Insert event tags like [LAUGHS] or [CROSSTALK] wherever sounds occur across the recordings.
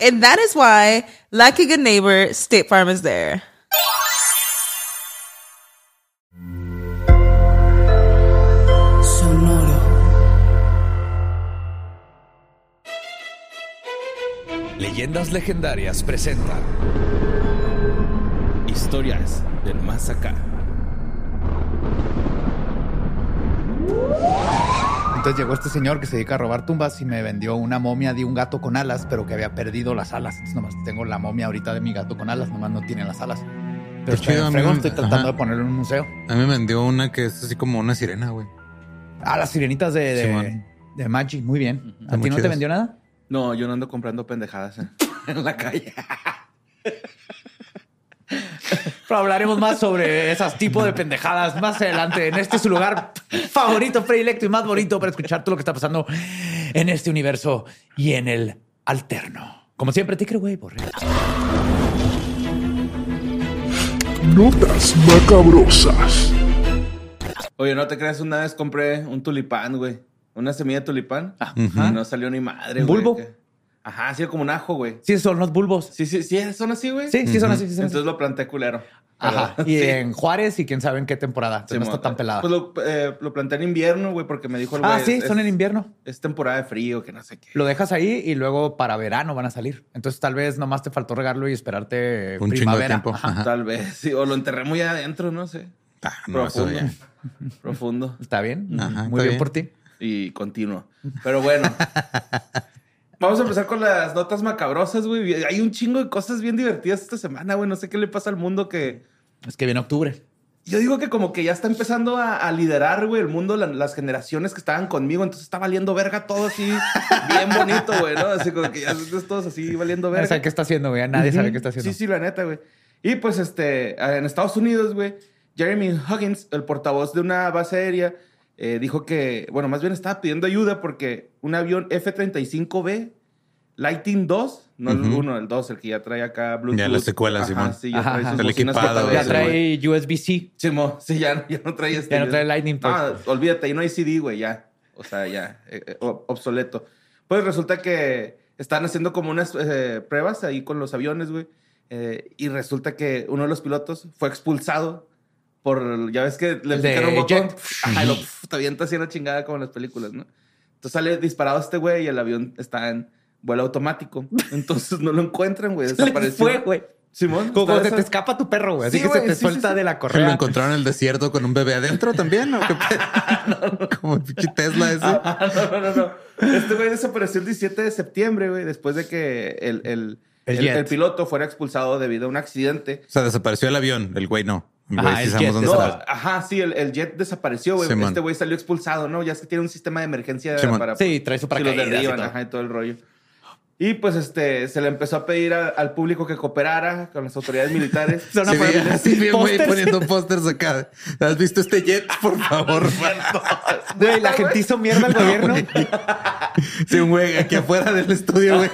and that is why, like a good neighbor, State Farm is there. Leyendas legendarias presentan historias del más acá. Entonces llegó este señor que se dedica a robar tumbas y me vendió una momia de un gato con alas, pero que había perdido las alas. Entonces nomás tengo la momia ahorita de mi gato con alas, nomás no tiene las alas. Pero Qué está chido, bien a mí fregón, me- estoy tratando ajá. de ponerlo en un museo. A mí me vendió una que es así como una sirena, güey. Ah, las sirenitas de, de, Simón. de Maggi, muy bien. ¿A Están ti muy no te chidas. vendió nada? No, yo no ando comprando pendejadas en, [LAUGHS] en la calle. Pero hablaremos más sobre esas tipos de pendejadas más adelante. En este es su lugar favorito, predilecto y más bonito para escuchar todo lo que está pasando en este universo y en el alterno. Como siempre, te creo, güey, borre. Notas macabrosas. Oye, no te creas, una vez compré un tulipán, güey. Una semilla de tulipán. Ujú. Y no salió ni Ah, madre, ¿Un güey. bulbo? Que- Ajá, así como un ajo, güey. Sí, son los bulbos. Sí, sí, sí, son así, güey. Sí, sí, son así. Sí, son así. Entonces lo planté culero. Ajá. Pero- Y Sí. en Juárez y quién sabe en qué temporada. Entonces no Simón. está tan pelada. Pues lo, eh, lo planté en invierno, güey, porque me dijo el güey. ah, sí, es- son en invierno. Es temporada de frío, que no sé qué. Lo dejas ahí y luego para verano van a salir. Entonces tal vez nomás te faltó regarlo y esperarte Un chingo de primavera. tiempo. Ajá. Ajá. Tal vez, sí. O lo enterré muy adentro, no sé. Ah, no, eso Profundo. ya. Profundo. Está bien. Ajá, Muy está bien, bien. por ti. y continuo. Pero bueno. Vamos a empezar con las notas macabrosas, güey. Hay un chingo de cosas bien divertidas esta semana, güey. No sé qué le pasa al mundo que... Es que viene octubre. Yo digo que como que ya está empezando a, a liderar, güey, el mundo, la- las generaciones que estaban conmigo. Entonces está valiendo verga todo así, bien bonito, güey, ¿no? Así como que ya es todos así valiendo verga. Nadie sabe qué está haciendo, güey. Nadie sabe qué está haciendo. Sí, sí, la neta, güey. Y pues, este, en Estados Unidos, güey, Jeremy Huggins, el portavoz de una base aérea, eh, dijo que, bueno, más bien estaba pidiendo ayuda porque un avión F-35B Lightning 2, no el Ujú. 1, el 2, el que ya trae acá Bluetooth. Ya la secuela, Ajá, Simón. Sí, ya Ajá, trae ajá. sus El bocinas equipado, portables, Ya sí, güey. trae USB-C. Simón, sí, ya, ya no trae este. Ya no trae Lightning, pues. Ah, olvídate, y no hay CD, güey, ya. O sea, ya, eh, eh, ob- obsoleto. Pues resulta que están haciendo como unas eh, pruebas ahí con los aviones, güey. Eh, y resulta que uno de los pilotos fue expulsado por, ya ves que le El de picaron un botón. eject. Ajá, y lo pf, te avienta así en la chingada como en las películas, ¿no? Entonces sale disparado este güey y el avión está en vuelo automático. Entonces no lo [LAUGHS] encuentran, güey. Desapareció. Fue, güey. Simón. Como está cuando se desa- te escapa tu perro, güey. Así Sí, que güey, se te sí, sí, suelta sí. de la ¿Que ¿Lo correa. encontraron en el desierto con un bebé adentro también? ¿O qué [LAUGHS] pedo? Como el pinche Tesla ese. Ah, no, no, no, no. Este güey desapareció el 17 de septiembre, güey, después de que el, el, El el- jet. el piloto fuera expulsado debido a un accidente. O sea, desapareció el avión. El güey no. El güey Ajá, sí Ah, el sabemos jet, dónde No, Exacto. está. ajá, sí, el, el jet desapareció, güey. Simón. este güey salió expulsado, ¿no? Ya es que tiene un sistema de emergencia Simón. para pues, Sí, trae su si los paracaídas y derriban, todo. ajá, y todo el rollo. Y pues este se le empezó a pedir a- al público que cooperara con las autoridades militares. [LAUGHS] Son Sí, vi- amables. sí, vi un güey Pósters. poniendo pósters acá. ¿Has visto este jet? Por [LAUGHS] favor. [LAUGHS] Güey, la gente hizo mierda [LAUGHS] al gobierno. Sí, un güey aquí afuera del estudio, güey.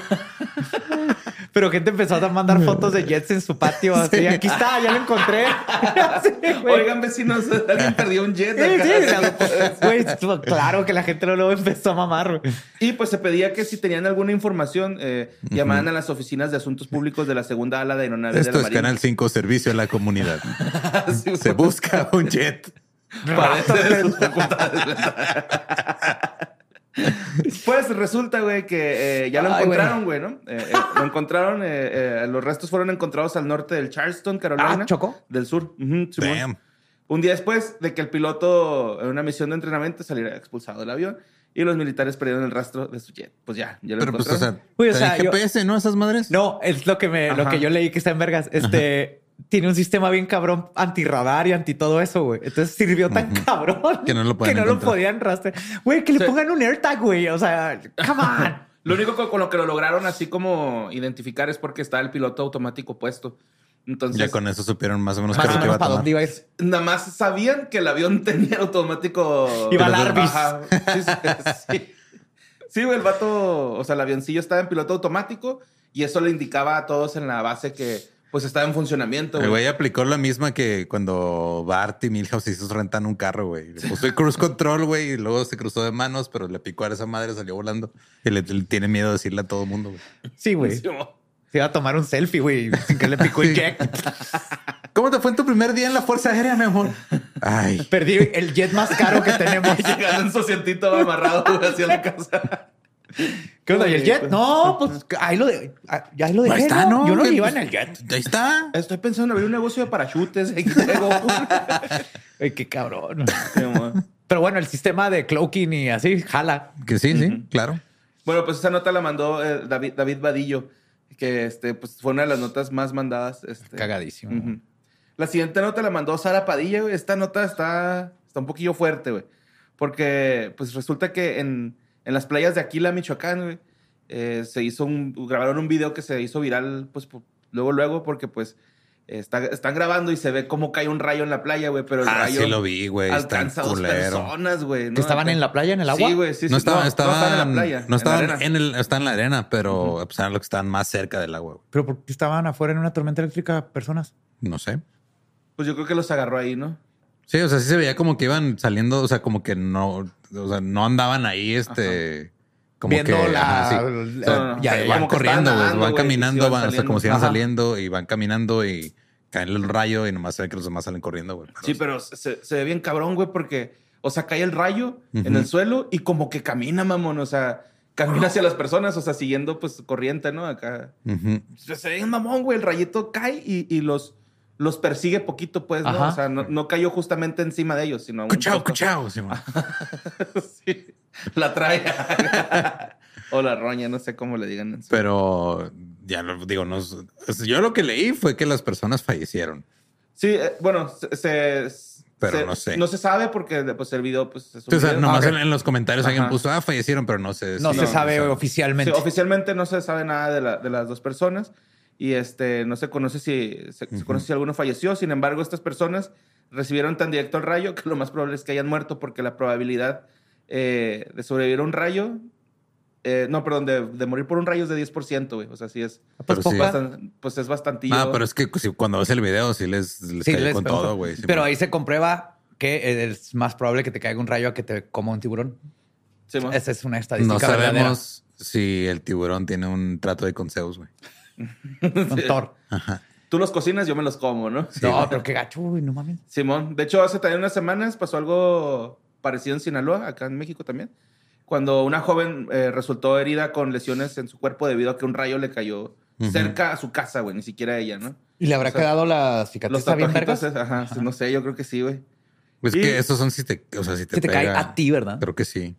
Pero gente empezó a mandar fotos de Jets en su patio. Así, aquí está, ya lo [LAUGHS] encontré. Así, güey. [LAUGHS] Oigan, vecinos, [LAUGHS] alguien perdió un jet. Sí, acá. [LAUGHS] sí, [LAUGHS] la- güey, estuvo claro que la gente luego empezó a mamar. güey. Y pues se pedía que si tenían alguna información, eh, llamaran a las oficinas de asuntos públicos de la segunda ala de Ah, aeronaves de Esto la es Marina. Canal 5, servicio a [LAUGHS] la comunidad. Sí, Se busca un jet. para [LAUGHS] hacer sus facultades. Pues resulta, güey, que eh, ya lo Ay, encontraron, güey, ¿no? Eh, eh, lo encontraron, eh, eh, los restos fueron encontrados al norte del Charleston, Carolina. Ah, ¿chocó? Del sur. Ujú, Simón. Damn. Un día después de que el piloto en una misión de entrenamiento saliera expulsado del avión y los militares perdieron el rastro de su jet. Pues ya, ya lo Pero pues, o encontraron. sea, Güey, o traen sea, yo- GPS, ¿no? Esas madres. No, es lo que me, lo Ajá. que yo leí que está en vergas. Este tiene un sistema bien cabrón antirradar y anti todo eso, güey. Entonces sirvió tan cabrón Que no lo pueden que no lo encontrar. podían rastrear. Güey, que le pongan un AirTag, güey. O sea, Pues come on. [LAUGHS] Lo único con, con lo que lo lograron así como identificar es porque está el piloto automático puesto. Entonces, Ya con eso supieron más o menos qué Más es o lo que iba menos a para tomar. dónde iba a ir. Nada más sabían que el avión [LAUGHS] tenía automático. Iba Pero al de- Arbis. Ajá. Sí, sí, [LAUGHS] sí. Sí, güey, el vato, o sea, el avioncillo estaba en piloto automático y eso le indicaba a todos en la base que pues estaba en funcionamiento, El güey. güey aplicó la misma que cuando Bart y Milhouse y sus rentan un carro, güey. Le puso el cruise control, güey, y luego se cruzó de manos, pero le picó a esa madre, salió volando. Y le, le tiene miedo a decirle a todo mundo, güey. Sí, [LAUGHS] güey. Se iba a tomar un selfie, güey, sin que le picó el jet. ¿Cómo te fue en tu primer día en la Fuerza Aérea, mi amor? Ay, Perdí el jet más caro que [LAUGHS] tenemos. Llegando en su asientito amarrado güey, hacia la casa. ¿Qué onda? ¿Y el jet? No, pues ahí lo, de, ah, ya ahí lo dejé. ahí está, ¿no? ¿no? Yo lo Que- pues llevaba en el jet. ahí está. Estoy pensando en abrir un negocio de parachutes. ahí luego. Ay, qué cabrón. Sí, amor. Pero bueno, el sistema de cloaking y así jala. Que sí, sí, claro. Bueno, pues esa nota la mandó eh, David, David Vadillo, que este, pues, fue una de las notas más mandadas. Este. Cagadísimo. Ujú. La siguiente nota la mandó Sara Padilla, güey. Esta nota está, está un poquillo fuerte, güey. Porque pues resulta que en, en las playas de Aquila, Michoacán, güey, eh, se hizo un, grabaron un video que se hizo viral, pues pu- luego, luego, porque pues eh, está- están grabando y se ve cómo cae un rayo en la playa, güey, pero el Ah, rayo sí lo vi, güey. Está alcanza a dos culero. personas, güey. ¿Que estaban en la playa, en el agua? Sí, güey, sí, sí. No estaban, estaban, no estaban en la playa. No estaban en la arena. en, el, estaban en la arena, pero pues, eran los que estaban más cerca del agua, güey. Pero ¿por qué estaban afuera en una tormenta eléctrica personas? No sé. Pues yo creo que los agarró ahí, ¿no? Sí, o sea, sí se veía como que iban saliendo, o sea, como que no, o sea, no andaban ahí, este, como Viendo que la- ajá, sí. la- O sea, No, no, no. Como ya, que van estaban corriendo, güey, nadando, van güey, y caminando, se van, iban o sea, como si saliendo. iban Ajá. saliendo y van caminando y caen el rayo y nomás se ve que los demás salen corriendo, güey. Sí, pero se, se ve bien cabrón, güey, porque, o sea, cae el rayo en Ujú. el suelo y como que camina, mamón, o sea, camina hacia las personas, o sea, siguiendo, pues, corriente, ¿no? Acá. Ujú. Se se ve bien mamón, güey, el rayito cae y, y los, los persigue poquito, pues, ¿no? Ajá. O sea, no, no cayó justamente encima de ellos, sino... un Cuchao, poco. cuchao, sí, man. [LAUGHS] Sí, la trae. [LAUGHS] o la roña, no sé cómo le digan. en su- Pero ya lo digo, no, es- es- yo lo que leí fue que las personas fallecieron. Sí, eh, bueno, se... se- Pero se- no sé. No se sabe porque, pues, el video, pues, es un O sea, video. nomás Ah, en, en los comentarios alguien Ajá. puso, ah, fallecieron, pero no sé. No si- se no, sabe o sea, oficialmente. Sí, oficialmente no se sabe nada de, la- de las dos personas y este, no se conoce, si, se, se conoce si alguno falleció. Sin embargo, estas personas recibieron tan directo el rayo que lo más probable es que hayan muerto porque la probabilidad eh, de sobrevivir a un rayo, eh, no, perdón, de, de morir por un rayo es de 10%, güey. O sea, sí es, pero sí. bastan- pues es bastantillo. Ah, pero es que si- cuando ves el video, sí les, les Sí, cayó les- con todo, güey. sí, pero man. ahí se comprueba que es más probable que te caiga un rayo a que te coma un tiburón. Sí, ¿no? Esa es una estadística No sabemos verdadera. si el tiburón tiene un trato de con Zeus, güey. Un Thor. Tú los cocinas, yo me los como, ¿no? no, pero qué gacho, güey, no mames. Simón, de hecho, hace también unas semanas pasó algo parecido en Sinaloa, acá en México también, cuando una joven eh, resultó herida con lesiones en su cuerpo debido a que un rayo le cayó cerca a su casa, güey, ni siquiera a ella, ¿no? ¿Y le habrá O sea, quedado la cicatriz Los bien tatuajitos, vergas? es- ajá, no sé, yo creo que sí, güey. Pues Y- que esos son si te, o sea, si te, Si te cae pega. a ti, ¿verdad? Creo que sí.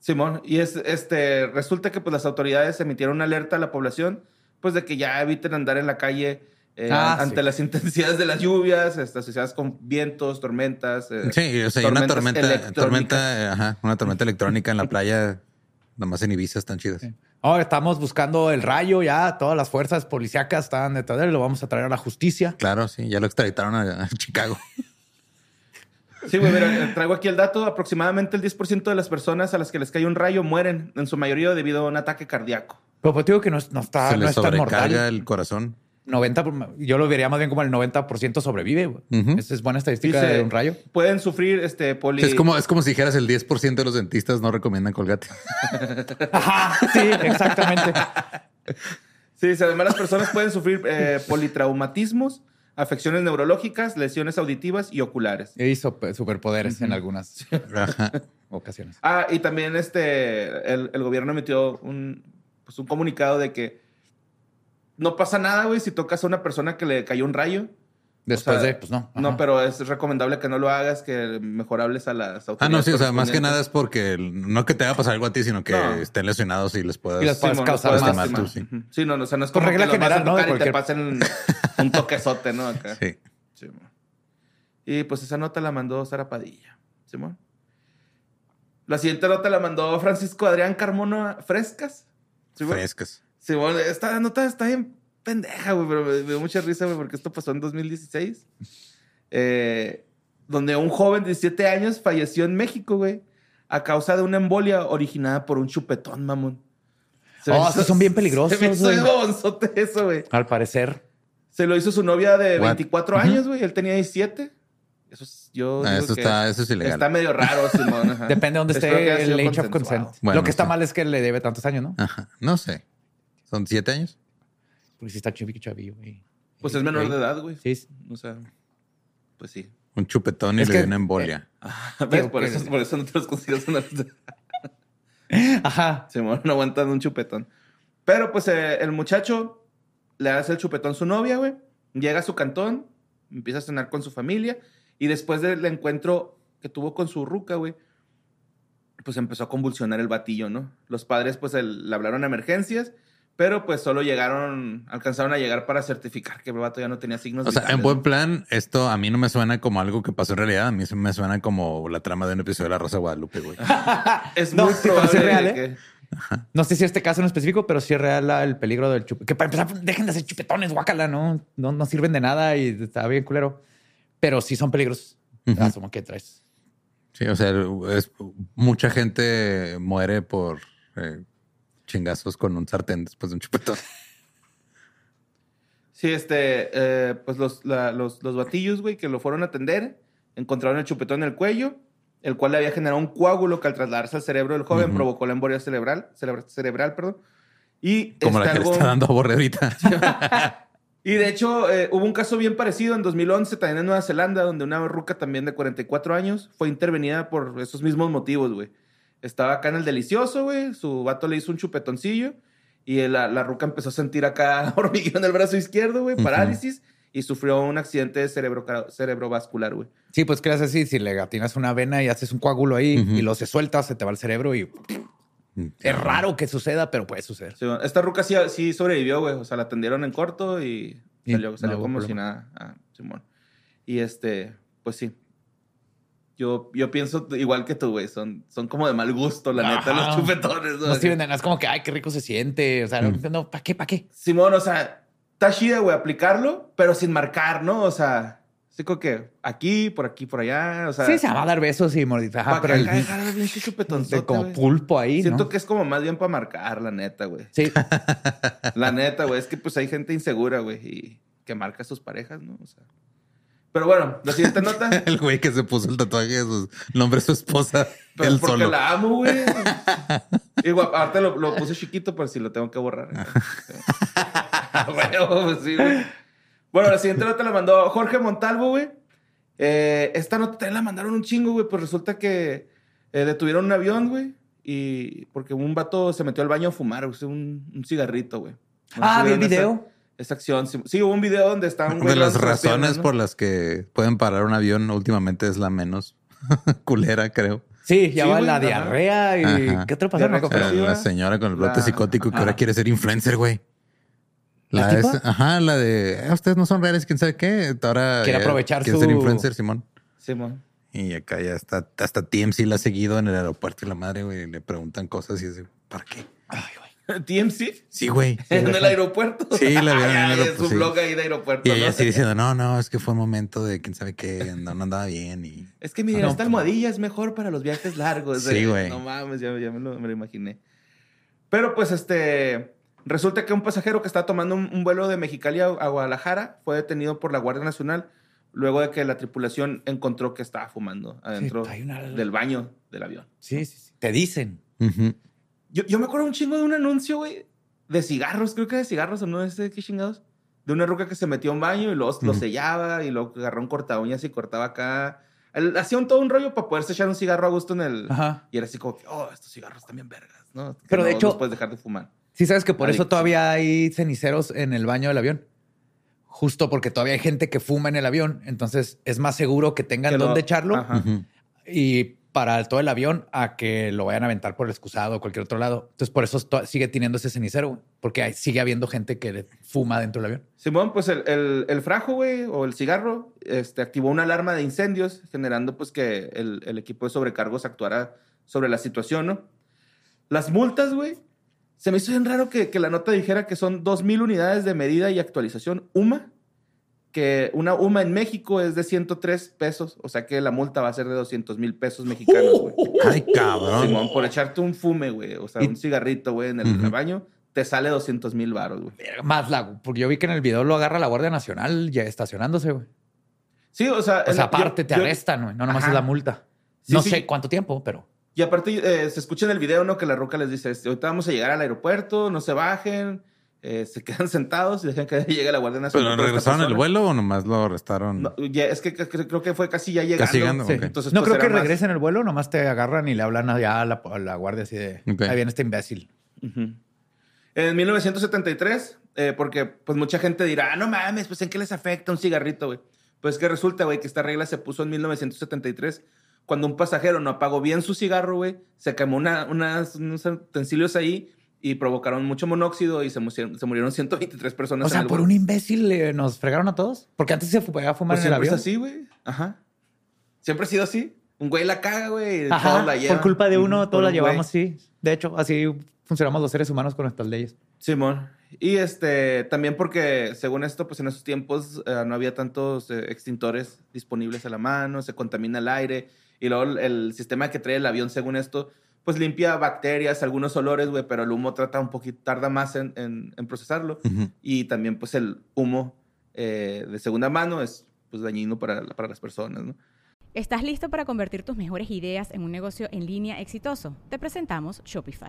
Simón, y es, este, resulta que pues las autoridades emitieron una alerta a la población, pues de que ya eviten andar en la calle eh, Ah, ante sí. las [LAUGHS] intensidades de las lluvias, este, asociadas con vientos, tormentas. eh, Sí, o sea, hay tormentas una tormenta, electrónicas. tormenta, eh, ajá, una tormenta electrónica en la playa, nada más en Ibiza están chidas. Ahora estamos buscando el rayo ya. Todas las fuerzas policíacas están detrás de él. Lo vamos a traer a la justicia. Claro, sí, ya lo extraditaron a, a Chicago. Sí, güey, mira, eh, traigo aquí el dato. Aproximadamente el 10% de las personas a las que les cae un rayo mueren, en su mayoría debido a un ataque cardíaco. Pero pues, te digo que no, es- no está, Se no le es tan mortal. sobrecarga el corazón. 90, por- yo lo vería más bien como el 90% sobrevive. güey. Ujú. Esa es buena estadística Dice, de un [LAUGHS] rayo. Pueden sufrir este poli. Es como, es como si dijeras el 10% de los dentistas no recomiendan [LAUGHS] colgate. Ah, Ajá, sí, exactamente. [LAUGHS] Sí, dice, además las personas pueden sufrir eh, politraumatismos, afecciones neurológicas, lesiones auditivas y oculares. Y super- superpoderes en algunas Ajá. ocasiones. Ah, y también este, el, el gobierno emitió un, pues, un comunicado de que no pasa nada, güey, si tocas a una persona que le cayó un rayo. Después O sea, de, pues no. No, Ajá. pero es recomendable que no lo hagas, que mejor hables a las autoridades. Ah, no, sí, o sea, más que correspondientes. nada es porque el- no que te va a pasar algo a ti, sino que No. estén lesionados y les puedas. Y las- Simón, puedes no causar puedes más. lastimar. Sí. Ujú. Sí, no, no, o sea, no es Por como Pues regla que los vas general, a ¿no? De tocar y te pasen [LAUGHS] un toquezote, ¿no? Acá. Sí. Simón. Y pues esa nota la mandó Sara Padilla. Simón. La siguiente nota la mandó Francisco Adrián Carmona Frescas. Simón. Frescas. Simón, esta nota está bien pendeja, güey, pero me, me dio mucha risa, güey, porque esto pasó en 2016. Eh, donde un joven de 17 años falleció en México, güey, a causa de una embolia originada por un chupetón, mamón. Se me Oh, hizo- sí son bien peligrosos, Se me hizo güey. bien babonzote eso, güey. Al parecer. Se lo hizo su novia de What? 24 años, güey. Él tenía 17. Eso es, yo Ah, digo eso, que está, eso es ilegal. está medio [LAUGHS] raro, Simón. ajá. Depende de dónde Ah, Espero que haya esté el sido age of consensuado. consent. Bueno, Lo que está sí. mal es que le debe tantos años, ¿no? Ajá. No sé. ¿Son siete años? Porque si está chivique chavillo, güey. Pues es menor Güey. de edad, güey. Sí, sí. O sea, pues sí. Un chupetón y Es le que- dio una embolia. [LAUGHS] ¿Ves? Digo Por, que- eso, por eso no te los consideras una... [LAUGHS] Ajá. Se mo- no aguantan un chupetón. Pero pues eh, el muchacho le hace el chupetón a su novia, güey. Llega a su cantón, empieza a cenar con su familia. Y después del encuentro que tuvo con su ruca, güey, pues empezó a convulsionar el batillo, ¿no? Los padres pues el- le hablaron a emergencias, pero pues solo llegaron, alcanzaron a llegar para certificar que el vato ya no tenía signos O sea, vitales, en buen ¿no? plan, esto a mí no me suena como algo que pasó en realidad. A mí se me suena como la trama de un episodio de La Rosa de Guadalupe, güey. Es No, muy sí, pero sí probable es real, de ¿eh? que... No sé si este caso en específico, pero sí es real la- el peligro del chupetón. Que para empezar, pues, dejen de hacer chupetones, guácala, ¿no? No, no sirven de nada y está bien culero. Pero sí son peligros. Ujú. Asumo que traes. Sí, o sea, es- mucha gente muere por eh, chingazos con un sartén después de un chupetón. Sí, este, eh, pues los, la- los, los batillos, güey, que lo fueron a atender, encontraron el chupetón en el cuello, el cual le había generado un coágulo que al trasladarse al cerebro del joven Ujú. provocó la embolia cerebral, celebra- cerebral, perdón. Y, Como la este, que le algo- está dando a Borre ahorita. [LAUGHS] y de hecho, eh, hubo un caso bien parecido en 2011, también en Nueva Zelanda, donde una ruca también de 44 años fue intervenida por esos mismos motivos, güey. Estaba acá en el delicioso, güey, su vato le hizo un chupetoncillo y la, la ruca empezó a sentir acá [LAUGHS] hormigueo en el brazo izquierdo, güey, Ujú. parálisis y sufrió un accidente cerebro, cerebrovascular, güey. Sí, pues ¿qué haces así? Si le gatinas una vena y haces un coágulo ahí Ujú. y lo se suelta, se te va el cerebro y Ah. es raro que suceda, pero puede suceder. Sí, bueno, esta ruca sí, sí sobrevivió, güey. O sea, la atendieron en corto y Y salió, no salió hubo como si problema. nada. Ah, Simón. Y este, pues sí. Yo, yo pienso t- igual que tú, güey. Son, son como de mal gusto, la neta, Ajá. los chupetones. No ¿no? sirven de nada. Es como que, ay, qué rico se siente. O sea, no, no, ¿para qué? ¿Para qué? Simón, o sea, está chida, güey, aplicarlo, pero sin marcar, ¿no? O sea, sí como que aquí, por aquí, por allá. O sea, sí, se va a dar besos y mordida. Ajá, pa' pero acá, el, acá, acá, pinche chupetonzote, como güey. pulpo ahí, Siento ¿no? que es como más bien para marcar, la neta, güey. [LAUGHS] Sí, La neta, güey, es que pues hay gente insegura, güey, y que marca a sus parejas, ¿no? O sea. Pero bueno, la siguiente [LAUGHS] nota, El güey que se puso el tatuaje de su nombre de su esposa, pero él Pues, porque solo. la amo, güey. Igual, aparte lo, lo puse chiquito por si lo tengo que borrar. Ah. [LAUGHS] Bueno, pues sí, güey. Bueno, la siguiente nota la mandó Jorge Montalvo, güey. Eh, esta nota también la mandaron un chingo, güey, pues resulta que eh, detuvieron un avión, güey, y porque un vato se metió al baño a fumar, güey, un, un cigarrito, güey. No sé ah, si vi el vieron esa- video. Esta acción. Sí, sí, hubo un video donde está un güey De las lanzando razones piernas, ¿no? por las que pueden parar un avión últimamente es la menos [LAUGHS] culera, creo. Sí, ya Sí, va güey, la ajá. diarrea y Ajá. qué otro pasó. No me acuerdo. Eh, Pero sí, la ¿verdad? señora con el brote La- psicótico que ahora ah. quiere ser influencer, güey. ¿La de tipa? esa- ajá, la de "Ah, ustedes no son reales, quién sabe qué. Ahora Quiere ya aprovechar quiere ser su- influencer, Simón. Simón. [LAUGHS] Y acá ya está, hasta TMC la ha seguido en el aeropuerto y la madre, güey, le preguntan cosas y dice, ¿para qué? TMC Sí, güey. [LAUGHS] en el aeropuerto. Sí, [LAUGHS] la vieron en Ah, ya, ya, el aeropuerto, Es sí. un blog ahí de aeropuerto. Y ¿no? ella sigue diciendo, no, no, es que fue un momento de quién sabe qué, no, no andaba bien y Es que miren, No, pues". esta almohadilla es mejor para los viajes largos. Sí, eh. güey. No mames, ya, ya me, lo, me lo imaginé. Pero pues este. Resulta que un pasajero que estaba tomando un, un vuelo de Mexicali a, a Guadalajara fue detenido por la Guardia Nacional luego de que la tripulación encontró que estaba fumando adentro hay una- del baño del avión. Sí, sí, sí. Te dicen. Ujú. Yo, yo me acuerdo un chingo de un anuncio, güey, de cigarros, creo que de cigarros o no, este, qué chingados. De una ruca que se metió a un baño y los, lo Ujú. sellaba y lo agarró un corta uñas y cortaba acá. El- hacía un, todo un rollo para poderse echar un cigarro a gusto en el. Ajá. Y era así como que, oh, estos cigarros también vergas, ¿no? Que Pero de no hecho- los puedes dejar de fumar. Sí, sabes que por eso Adicto. todavía hay ceniceros en el baño del avión. Justo porque todavía hay gente que fuma en el avión. Entonces es más seguro que tengan Que lo- dónde echarlo Ajá. Ujú. y para todo el avión a que lo vayan a aventar por el excusado o cualquier otro lado. Entonces por eso to- sigue teniendo ese cenicero, güey, porque hay- sigue habiendo gente que le fuma dentro del avión. Simón, pues el, el, el frajo, güey, o el cigarro, este, activó una alarma de incendios, generando pues que el, el equipo de sobrecargos actuara sobre la situación, ¿no? Las multas, güey, se me hizo bien raro que, que la nota dijera que son 2.000 unidades de medida y actualización UMA, que una UMA en México es de 103 pesos, o sea que la multa va a ser de 200 mil pesos mexicanos, güey. Ay, cabrón. Simón, por echarte un fume, güey, o sea, Y- un cigarrito, güey, en el Ujú. baño, te sale 200 mil baros, güey. Más la, porque yo vi que en el video lo agarra la Guardia Nacional ya estacionándose, güey. Sí, o sea... O sea, yo- aparte te yo- arrestan, güey. No nomás Ajá. es la multa. Sí, no sí. sé cuánto tiempo, pero Y aparte, eh, se escucha en el video, ¿no? Que la ruca les dice, este, ahorita vamos a llegar al aeropuerto, no se bajen, eh, se quedan [LAUGHS] sentados y dejan que llegue la Guardia Nacional. ¿Pero por esta regresaron el persona. vuelo o nomás lo arrestaron? No, ya, es que, que- creo que fue casi ya llegando. Casi llegando, Ah, ok. Entonces, no pues, creo que era más- regresen el vuelo, nomás te agarran y le hablan allá a la, a la guardia así de Ok. ahí viene este imbécil. Ujú. En 1973, eh, porque pues mucha gente dirá, "Ah, no mames, pues ¿en qué les afecta un cigarrito, güey? Pues que resulta, güey, que esta regla se puso en 1973 cuando un pasajero no apagó bien su cigarro, güey, se quemó una, unas, unos utensilios ahí y provocaron mucho monóxido y se, mu- se murieron 123 personas. O sea, por un imbécil eh, nos fregaron a todos. Porque antes se fu- podía fumar Pues en el siempre es avión. así, güey. Ajá. Siempre ha sido así. Un güey la caga, güey, y Ajá, todos la llevan. por culpa de uno, todos Ujú, por la un güey. llevamos así. De hecho, así funcionamos los seres humanos con nuestras leyes. Simón. Y este, también porque según esto, pues en esos tiempos eh, no había tantos eh, extintores disponibles a la mano, se contamina el aire y luego el, el sistema que trae el avión, según esto, pues limpia bacterias, algunos olores, güey, pero el humo trata un poquito, tarda más en, en- en procesarlo. Ujú. Y también pues el humo eh, de segunda mano es pues dañino para, la- para las personas, ¿no? ¿Estás listo para convertir tus mejores ideas en un negocio en línea exitoso? Te presentamos Shopify.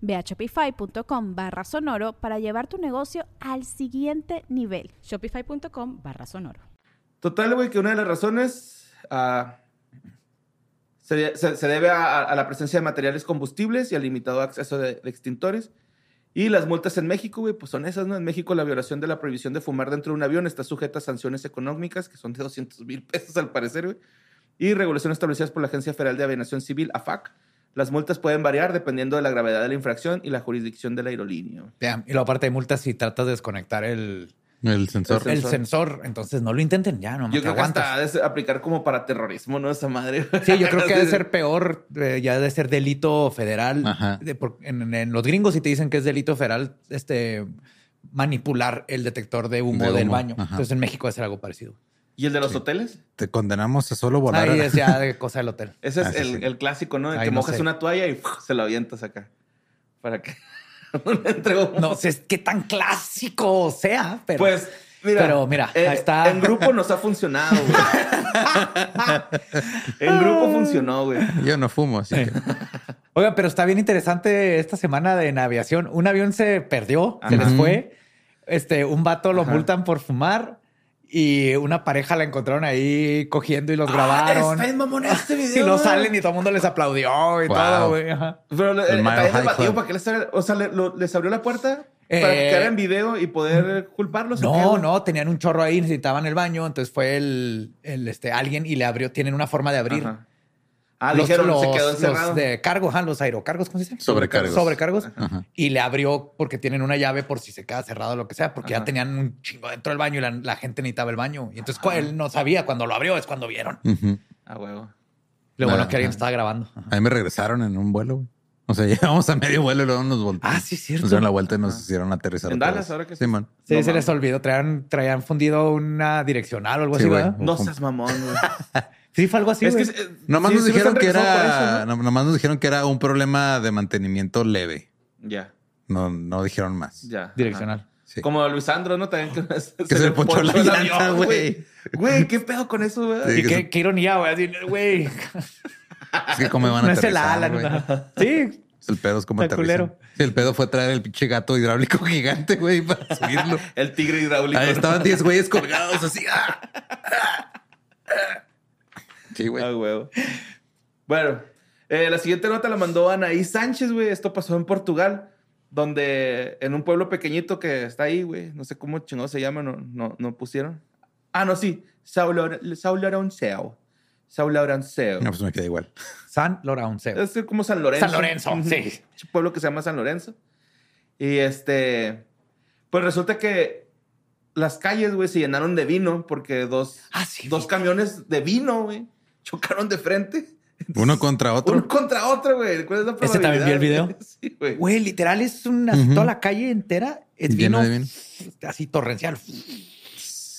Ve a shopify.com barra sonoro para llevar tu negocio al siguiente nivel. Shopify.com barra sonoro. Total, güey, que una de las razones ah, se, de- se- se debe a, a la presencia de materiales combustibles y al limitado acceso de, de extintores. Y las multas en México, güey, pues son esas, ¿no? En México la violación de la prohibición de fumar dentro de un avión está sujeta a sanciones económicas, que son de 200 mil pesos al parecer, güey, y regulaciones establecidas por la Agencia Federal de Aviación Civil, AFAC. Las multas pueden variar dependiendo de la gravedad de la infracción y la jurisdicción de la aerolínea. güey. Damn, Y luego aparte de multas, si tratas de desconectar el, El sensor. el sensor, entonces no lo intenten ya, no Yo te creo que hasta ha aguantas. de ser- aplicar como para terrorismo, ¿no? Esa madre. Sí, [LAUGHS] yo creo que ha de Sí. ser peor, eh, ya ha de ser delito federal. Ah. Ajá. de por- en, en los gringos si te dicen que es delito federal, este manipular el detector de humo De del humo, baño. ajá. Entonces en México va a ser algo parecido. ¿Y el de los hoteles? Te condenamos a solo volar. Ahí es ya de cosa del hotel. Ese es Ah, sí, el, sí. el clásico, ¿no? El Ay, que no mojas sé. una toalla y ¡fuf! se lo avientas acá. Para que no le [LAUGHS] entre humo. No sé qué tan clásico sea, pero pues, mira. eh, pero mira, ahí está. En grupo nos ha funcionado, [LAUGHS] güey. en grupo funcionó, güey. Yo no fumo, así que. Oigan, pero está bien interesante esta semana de en aviación. Un avión se perdió, se Ajá. les fue. Este, un vato lo Ajá. multan por fumar Y una pareja la encontraron ahí cogiendo y Ah, los grabaron. Está bien mamón este video. Y no güey. salen y todo el mundo les aplaudió y Wow. todo, güey. Ajá. Pero eh, El Mile también High debatido Club. para que les, hagan- o sea, le- lo- les abrió la puerta para Eh, que quedara en video y poder culparlos. ¿o qué, No, güey? no, tenían un chorro ahí, necesitaban el baño, entonces fue el, el, este alguien y le abrió, tienen una forma de abrir. Ajá. Ah, dijeron, se quedó los encerrado. de cargo, ajá, los aerocargos, ¿cómo se dice? Sobrecargos. Sobrecargos. Ajá. Y le abrió porque tienen una llave por si se queda cerrado o lo que sea, porque ya Ajá. tenían un chingo dentro del baño y la, la gente necesitaba el baño. Y entonces cu- él no sabía, cuando lo abrió es cuando vieron. Ujú. Ah, huevo. Lo bueno Ah, Ajá. que alguien estaba grabando. Ajá. A mí me regresaron en un vuelo, güey. O sea, [LAUGHS] llegamos a medio vuelo y luego nos volteamos. Ah, sí, cierto. Nos dieron Pues la vuelta y nos hicieron aterrizar. En otra Dallas, vez. ahora que Sí, man. Sí, No se mames. les olvidó. Traían, traían fundido una direccional o algo Sí, así, güey. ¿verdad? No seas mamón, güey. Sí, fue algo así. es que güey. eh, Nomás sí- nos sí los han dijeron que regresado por era, eso, ¿no? nom- nomás nos dijeron que era un problema de mantenimiento leve. Ya, No, no dijeron más. ya. Direccional. Ajá. Sí. Como Luisandro, ¿no? También que se, se le ponchó la el llanta, avión, güey. Güey, qué pedo con eso, güey. Sí. Y qué, qué ironía, güey. Así, güey. Es que [LAUGHS] cómo iban a No es el aterrizar, Alan. güey. ¿no? Sí. Es El pedo es como Está aterrizar. culero. Sí, el pedo fue traer el pinche gato hidráulico [LAUGHS] gigante, güey, para subirlo. El tigre hidráulico. Ahí ¿no? estaban 10 güeyes colgados así. [LAUGHS] ¡ah! Sí, güey. Ah, huevo. Bueno, eh, la siguiente nota la mandó Anaí Sánchez, güey. Esto pasó en Portugal, donde en un pueblo pequeñito que está ahí, güey. No sé cómo chingado se llama, no, no, no pusieron. Ah, no, sí. Saularanceo. Saularanceo. No, pues me queda igual. San Lorenzo. Es como San Lorenzo. San Lorenzo, sí. Es un pueblo que se llama San Lorenzo. Y este. Pues resulta que las calles, güey, se llenaron de vino porque dos, Ah, sí, dos camiones de vino, güey, chocaron de frente. Uno contra otro. Uno contra otro, güey. ¿Cuál es la ¿Ese también vio el probabilidad, video? güey? [LAUGHS] Sí, güey. Güey, literal es una Ujú. toda la calle entera es Lleno vino, de vino. así torrencial.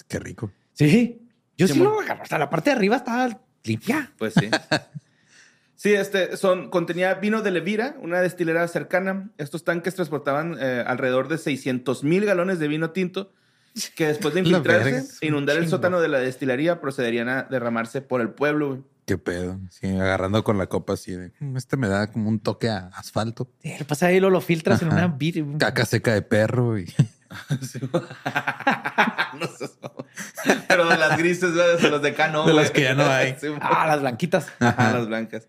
Qué rico. Sí, yo sí, Sí, lo mon. agarro. Hasta la parte de arriba está limpia. Pues sí. Sí, este son, contenía vino de Levira, una destilera cercana. Estos tanques transportaban eh, alrededor de 600 mil galones de vino tinto que después de La verga, infiltrarse es e un inundar el chingo. sótano de la destilería procederían a derramarse por el pueblo. güey. Qué pedo. Sí, agarrando con la copa así de. "Mm, Este me da como un toque a asfalto. Sí, lo pasa ahí, lo, lo filtras en Ajá. una vid- un- Caca seca de perro y No sé, Pero de las grises, güey, de los de Cano. De güey. las que ya no hay. [LAUGHS] Sí, güey. Ah, las blanquitas. Ajá, las blancas.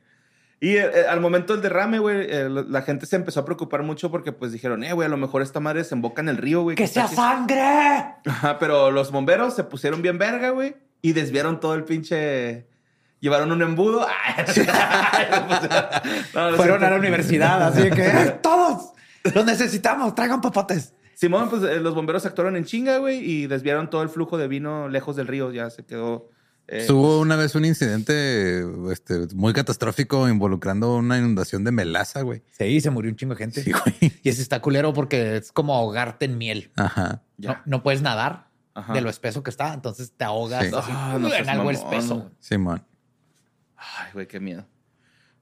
Y eh, eh, al momento del derrame, güey, eh, lo- la gente se empezó a preocupar mucho porque pues dijeron, eh, güey, a lo mejor esta madre desemboca en el río, güey. ¡Que sea está aquí". sangre! Ajá, pero los bomberos se pusieron bien verga, güey, y desviaron todo el pinche... Llevaron un embudo. [LAUGHS] Ay, no, no, Fueron sí. a la universidad, así de que "¡Ay, todos los necesitamos, traigan papotes. Simón, pues eh, los bomberos actuaron en chinga, güey, y desviaron todo el flujo de vino lejos del río. Ya se quedó... eh, [LAUGHS] Hubo una vez un incidente este, muy catastrófico involucrando una inundación de melaza, güey. Sí, se murió un chingo de gente. Sí, güey. Y ese está culero porque es como ahogarte en miel. Ajá. Ya. No, no puedes nadar Ajá. de lo espeso que está, entonces te ahogas Sí. así, Ah, no en seas algo mamón. espeso. Simón. Ay, güey, qué miedo.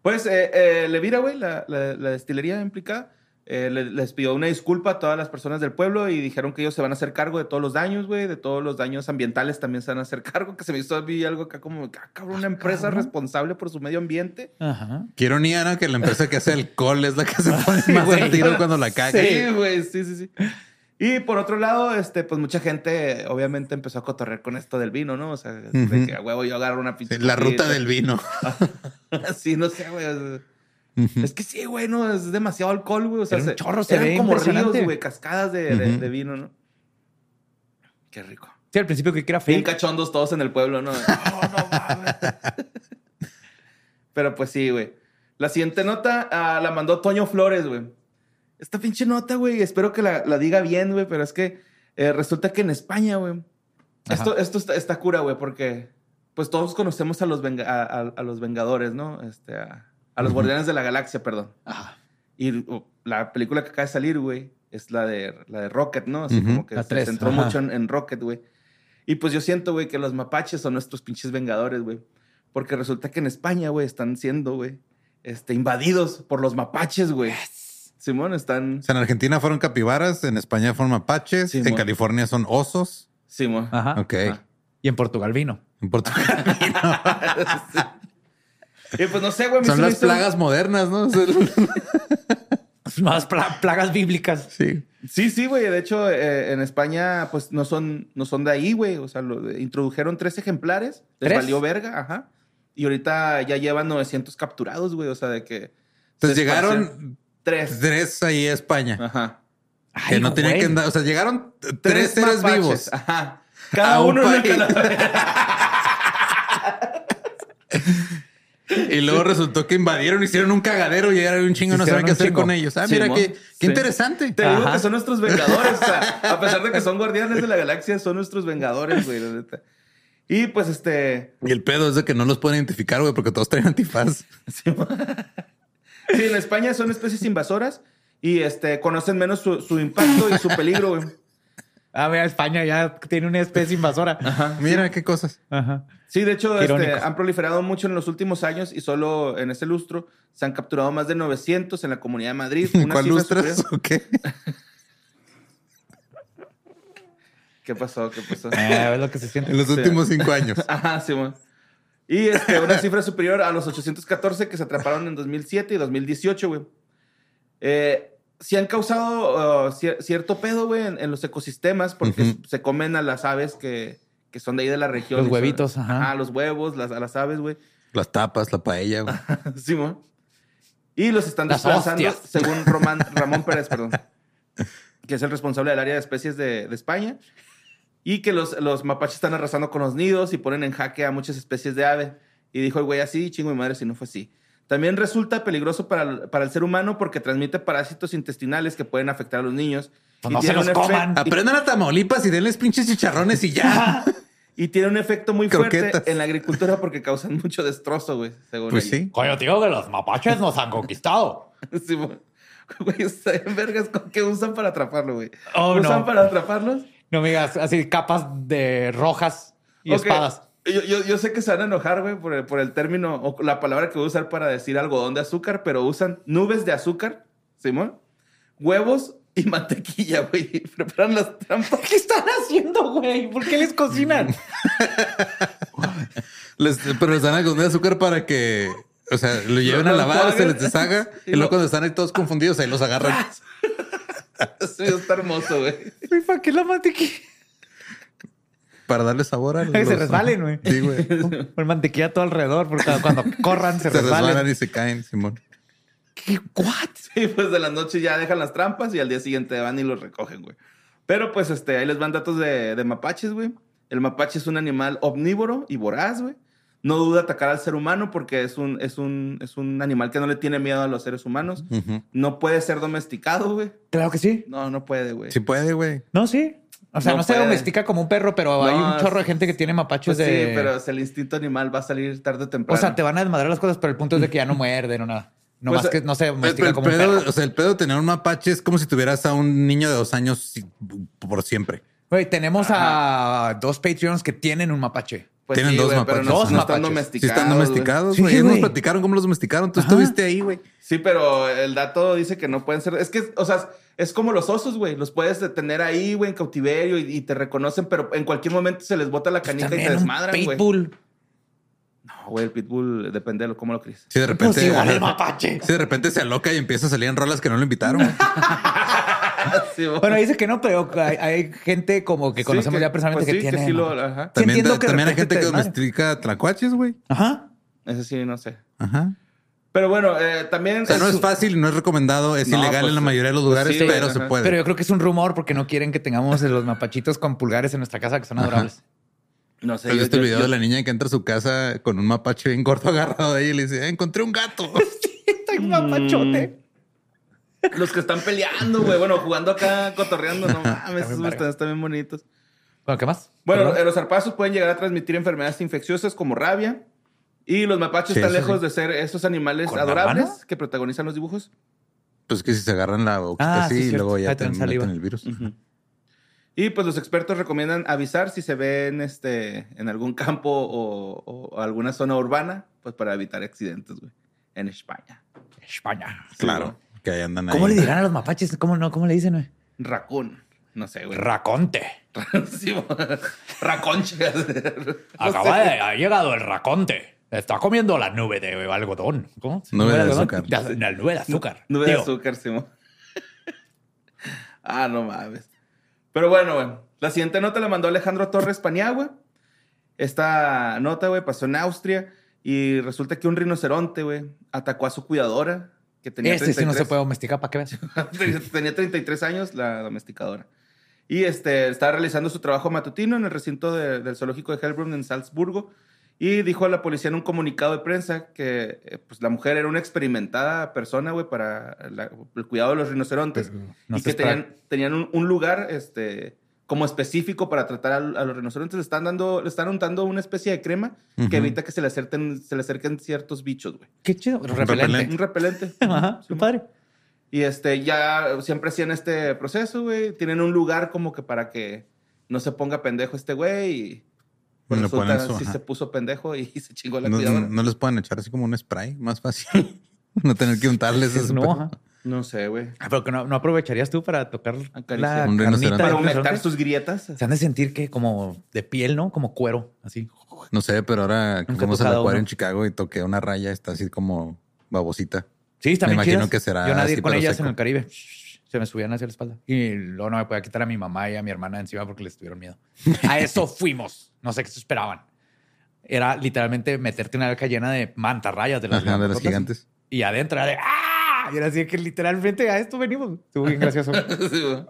Pues eh, eh, Levira, güey, la, la- la destilería implicada, eh, le- les pidió una disculpa a todas las personas del pueblo y dijeron que ellos se van a hacer cargo de todos los daños, güey, de todos los daños ambientales también se van a hacer cargo, que se me hizo a mí algo acá como, ah, cabrón, una empresa responsable por su medio ambiente. Ajá. Quiero ni ¿no? que la empresa que hace alcohol es la que [LAUGHS] se pone más güey. al tiro cuando la caga. Sí, güey, sí, sí, sí. Y por otro lado, este, pues mucha gente obviamente empezó a cotorrear con esto del vino, ¿no? O sea, de Ujú. que a huevo yo agarro una pinche. La ruta copita. del vino. [LAUGHS] Sí, no sé, güey. o sea, Es que sí, güey, no, es demasiado alcohol, güey. O sea, Era un se- chorro, se eran ve como impresionante. ríos, güey, cascadas de, de- Ujú. de vino, ¿no? Qué rico. Sí, al principio que era Bien fake. cachondos todos en el pueblo, ¿no? No, no mames. Pero pues sí, güey. La siguiente nota ah, la mandó Toño Flores, güey. Esta pinche nota, güey, espero que la, la diga bien, güey, pero es que eh, resulta que en España, güey, esto, esto está, está cura, güey, porque pues todos conocemos a los, venga- a, a- a los Vengadores, ¿no? Este, a, a los Guardianes de la Galaxia, perdón. Y oh, la película que acaba de salir, güey, es la de, la de Rocket, ¿no? Así Ujú, como que la se tres, centró ajá. mucho en, en Rocket, güey. Y pues yo siento, güey, que los mapaches son nuestros pinches vengadores, güey. Porque resulta que en España, güey, están siendo, güey, este, invadidos por los mapaches, güey. Simón, están... O sea, en Argentina fueron capibaras, en España fueron mapaches, Sí, en mon. California son osos. Simón. [LAUGHS] Ajá. ok. Ah. Y en Portugal vino. [LAUGHS] [LAUGHS] En Portugal Y pues no sé, güey. a mí son se me las hizo- [LAUGHS] plagas modernas, ¿no? Más pla- plagas bíblicas. sí. Sí, sí, güey. De hecho, eh, en España, pues no son, no son de ahí, güey. O sea, lo- introdujeron tres ejemplares. Les ¿Tres? valió verga, ajá. Y ahorita ya llevan 900 capturados, güey. O sea, de que. Entonces se llegaron esparcieron Tres. tres ahí a España. Ajá. que Ay, no tenían güey. que andar. O sea, llegaron t- tres seres mapaches, vivos. [LAUGHS] Ajá. A Cada un uno en una país. calavera. Y luego resultó que invadieron, hicieron un cagadero y era un chingo, no Hicieron saben qué un hacer chingo. con ellos. Ah, Sí, mira mo. qué, qué Sí. interesante. Te digo Ajá. que son nuestros vengadores. o sea, a pesar de que son guardianes de la galaxia, son nuestros vengadores, güey. la neta. Y pues este. Y el pedo es de que no los pueden identificar, güey, porque todos traen antifaz. Sí, en España son especies invasoras y este, conocen menos su, su impacto y su peligro, güey. Ah, mira, España ya tiene una especie [LAUGHS] invasora. Ah, Mira qué cosas. Ajá. Sí, de hecho, Qué este, irónico. han proliferado mucho en los últimos años y solo en ese lustro se han capturado más de 900 en la Comunidad de [LAUGHS] Madrid. ¿En una cuál cifra lustras superior- [LAUGHS] o qué? ¿Qué pasó? ¿Qué pasó? Ah, Eh, es lo que se siente. En los Sí. últimos [LAUGHS] cinco años. Ajá, sí, güey. Y [LAUGHS] este, una cifra superior a los 814 que se atraparon en 2007 y 2018, güey. Eh, sí han causado uh, cier- cierto pedo, güey, en, en los ecosistemas porque Ujú. se comen a las aves que, que son de ahí de la región. Los Y son- huevitos, ajá. los huevos, las, a las aves, güey. Las tapas, la paella. güey. Sí, güey. Y los están Las desplazando, hostias. según Román, Ramón Pérez, perdón, que es el responsable del área de especies de, de España, y que los, los mapaches están arrasando con los nidos y ponen en jaque a muchas especies de ave. Y dijo el güey así, chingo mi madre si no fue así. También resulta peligroso para el, para el ser humano porque transmite parásitos intestinales que pueden afectar a los niños. Pues Y no se tiene los un efe- coman. Aprendan a Tamaulipas y denles pinches chicharrones y ya. [LAUGHS] [LAUGHS] Y tiene un efecto muy Croquetas. fuerte en la agricultura porque causan mucho destrozo, güey, según Pues ellos. sí. Coño, tío, que los mapaches nos han conquistado. [LAUGHS] Sí, mo- güey, está bien vergas con que usan para atraparlo, güey. Oh, ¿Usan no. para atraparlos? No me digas así capas de rojas y Ok. espadas. Yo, yo- yo sé que se van a enojar, güey, por el, por el término o la palabra que voy a usar para decir algodón de azúcar, pero usan nubes de azúcar, Simón, huevos y mantequilla, [LAUGHS] güey. Preparan las trampas. [LAUGHS] ¿Qué están haciendo, güey? ¿Por qué les [LAUGHS] cocinan? Les- pero les dan algodón de azúcar para que, o sea, lo lleven a Lo lavar, se enjuaguen. [LAUGHS] les deshaga. Y Y luego lo- cuando están ahí todos confundidos, ahí los agarran. Eso está hermoso, güey. Güey, ¿Para qué la mantequilla? Para [LAUGHS] darle sabor a Que [LAUGHS] se resbalen, güey. Sí, güey. Con mantequilla todo alrededor, porque cuando corran se, Se resbalen. resbalan y se caen, Simón. ¿Qué? ¿What? [LAUGHS] Sí, pues de la noche ya dejan las trampas y al día siguiente van y los recogen, güey. Pero pues este, ahí les van datos de, de mapaches, güey. El mapache es un animal omnívoro y voraz, güey. No duda atacar al ser humano porque es un, es un, es un animal que no le tiene miedo a los seres humanos. Ujú. No puede ser domesticado, güey. Claro que sí. No, no puede, güey. Sí puede, güey. No, sí. O sea, no, No se puede. domestica como un perro, pero hay No, un chorro de sí. gente que tiene mapaches Pues de. sí, pero es el instinto animal va a salir tarde o O temprano. sea, te van a desmadrar las cosas, pero el punto es de [LAUGHS] que ya no muerden o nada. No Pues, más que no se Pero domestica el como un pedo, perro. o sea, el pedo de tener un mapache es como si tuvieras a un niño de dos años si- por siempre. Güey, tenemos a dos Patreons que tienen un mapache. Pues tienen sí, dos güey, mapaches. Pero no, Dos no mapaches. están Si domesticados. están güey. domesticados, Sí, güey. Ellos güey. nos platicaron cómo los domesticaron. Tú Ajá. estuviste ahí, güey. Sí, pero el dato dice que no pueden ser. Es que, o sea, es como los osos, güey. Los puedes tener ahí, güey, en cautiverio y, y te reconocen, pero en cualquier momento se les bota la canica Pues y También te un desmadran, güey. pitbull. No, güey, el pitbull, depende de lo- cómo lo críes. Si de repente, Pues igual el mapache. si de repente se aloca y empieza a salir en rolas que no lo [LAUGHS] invitaron. güey. [LAUGHS] Sí, güey. Ah, Bueno, dice que no, pero hay, hay gente como que Sí, conocemos ya personalmente pues que sí, tiene. sí lo- mapache. ajá. Sí, También, entiendo que de también hay repente gente te que desmadre. domestica tlacuaches, güey. Ajá. Ese sí, no sé. Ajá. Pero bueno, eh, también. O sea, no es su- fácil, no es recomendado, es No, ilegal pues, en la mayoría de los pues lugares, sí, pero ajá. se puede. Pero yo creo que es un rumor porque no quieren que tengamos los mapachitos con pulgares en nuestra casa que son Ajá. adorables. No sé. ¿Has yo- visto el yo- Pues, este video yo- de la niña que entra a su casa con un mapache bien gordo agarrado de ahí y le dice, "Eh, encontré [LAUGHS] un gato. Está un mapachote. Los que están peleando, güey. Bueno, jugando acá, cotorreando. No mames, [LAUGHS] Está bien esos verga. están, están bien bonitos. Bueno, ¿qué más? Bueno, Perdón. eh, los arpazos pueden llegar a transmitir enfermedades infecciosas como rabia. Y los mapaches Sí, están eso lejos de ser esos animales ¿Con la mano? adorables que protagonizan los dibujos. pues que si se agarran la boquita Ah, así sí, y cierto. luego ya Ahí te traen saliva. meten el virus. Y pues los expertos recomiendan avisar si se ven este, en algún campo o, o alguna zona urbana, pues para evitar accidentes, güey, en España. España. Claro, que ahí andan ¿Cómo ahí. le dirán a los mapaches? ¿Cómo no? ¿Cómo le dicen? güey? Racún, no sé, güey. Raconte. [LAUGHS] Sí, [LAUGHS] güey. Raconche. Acaba de, ha llegado el raconte. Está comiendo la nube de algodón. ¿Cómo? Nube de algodón? azúcar. De az- La nube de azúcar. Nube de Digo, azúcar, Simón. [LAUGHS] Ah, no mames. Pero bueno, güey. La siguiente nota la mandó Alejandro Torres Paniagua. Esta nota, güey, pasó en Austria y resulta que un rinoceronte, güey, atacó a su cuidadora que tenía Este sí no se 33 puede domesticar, ¿para qué ves? [LAUGHS] Tenía 33 años la domesticadora. Y este, estaba realizando su trabajo matutino en el recinto de- del zoológico de Helbrunn en Salzburgo. Y dijo a la policía en un comunicado de prensa que eh, pues, la mujer era una experimentada persona, güey, para la- el cuidado de los rinocerontes. no y se que espera- tenían, tenían un, un lugar este, como específico para tratar a, a los rinocerontes. Le están, dando, le están untando una especie de crema Ujú. que evita que se le, acerquen, se le acerquen ciertos bichos, güey. Qué chido. repelente. Un repelente. [LAUGHS] Ajá, Sí, qué padre. y este, ya siempre hacían este proceso, güey. Tienen un lugar como que para que no se ponga pendejo este güey. Y pues, Lo resulta ponen su- sí ajá. se puso pendejo y [LAUGHS] se chingó la No, cuidadora. no- no les pueden echar así como un spray más fácil. [LAUGHS] no tener que untarles ese [LAUGHS] No, pedo. ajá. No sé, güey. Ah, pero que no, no aprovecharías tú para tocar Acariciar. la Un carnita rinoceronte. del Para aumentar rinoceronte? sus grietas. Se han de sentir que como de piel, ¿no? Como cuero, así. No sé, pero ahora Nunca que he fuimos al tocado acuario uno. en Chicago y toqué una raya, está así como babosita. Sí, está Me bien imagino chidas. que será Yo nadie así, con pero ellas seco. en el Caribe. Se me subían hacia la espalda. Y luego no me podía quitar a mi mamá y a mi hermana de encima porque les tuvieron miedo. [LAUGHS] A eso fuimos. No sé qué se esperaban. Era literalmente meterte en una alca llena de mantarrayas de las, Ajá, de las grandototas. gigantes. Y adentro era de ¡ah! Y era así que literalmente a esto venimos. Estuvo bien [LAUGHS] gracioso. Sí, güey.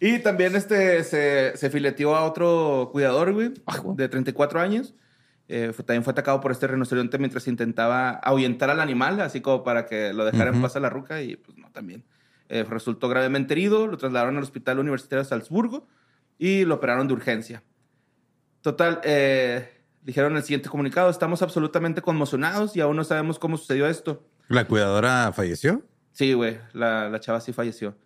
y también este se, se fileteó a otro cuidador, güey, de 34 años. Eh, fue- también fue atacado por este rinoceronte mientras intentaba ahuyentar al animal, así como para que lo dejara en Ujú. paz a la ruca y pues no, también. Eh, resultó gravemente herido, lo trasladaron al Hospital Universitario de Salzburgo y lo operaron de urgencia. Total, eh, dijeron en el siguiente comunicado, estamos absolutamente conmocionados y aún no sabemos cómo sucedió esto. La cuidadora falleció. Sí, güey, la, la chava sí falleció.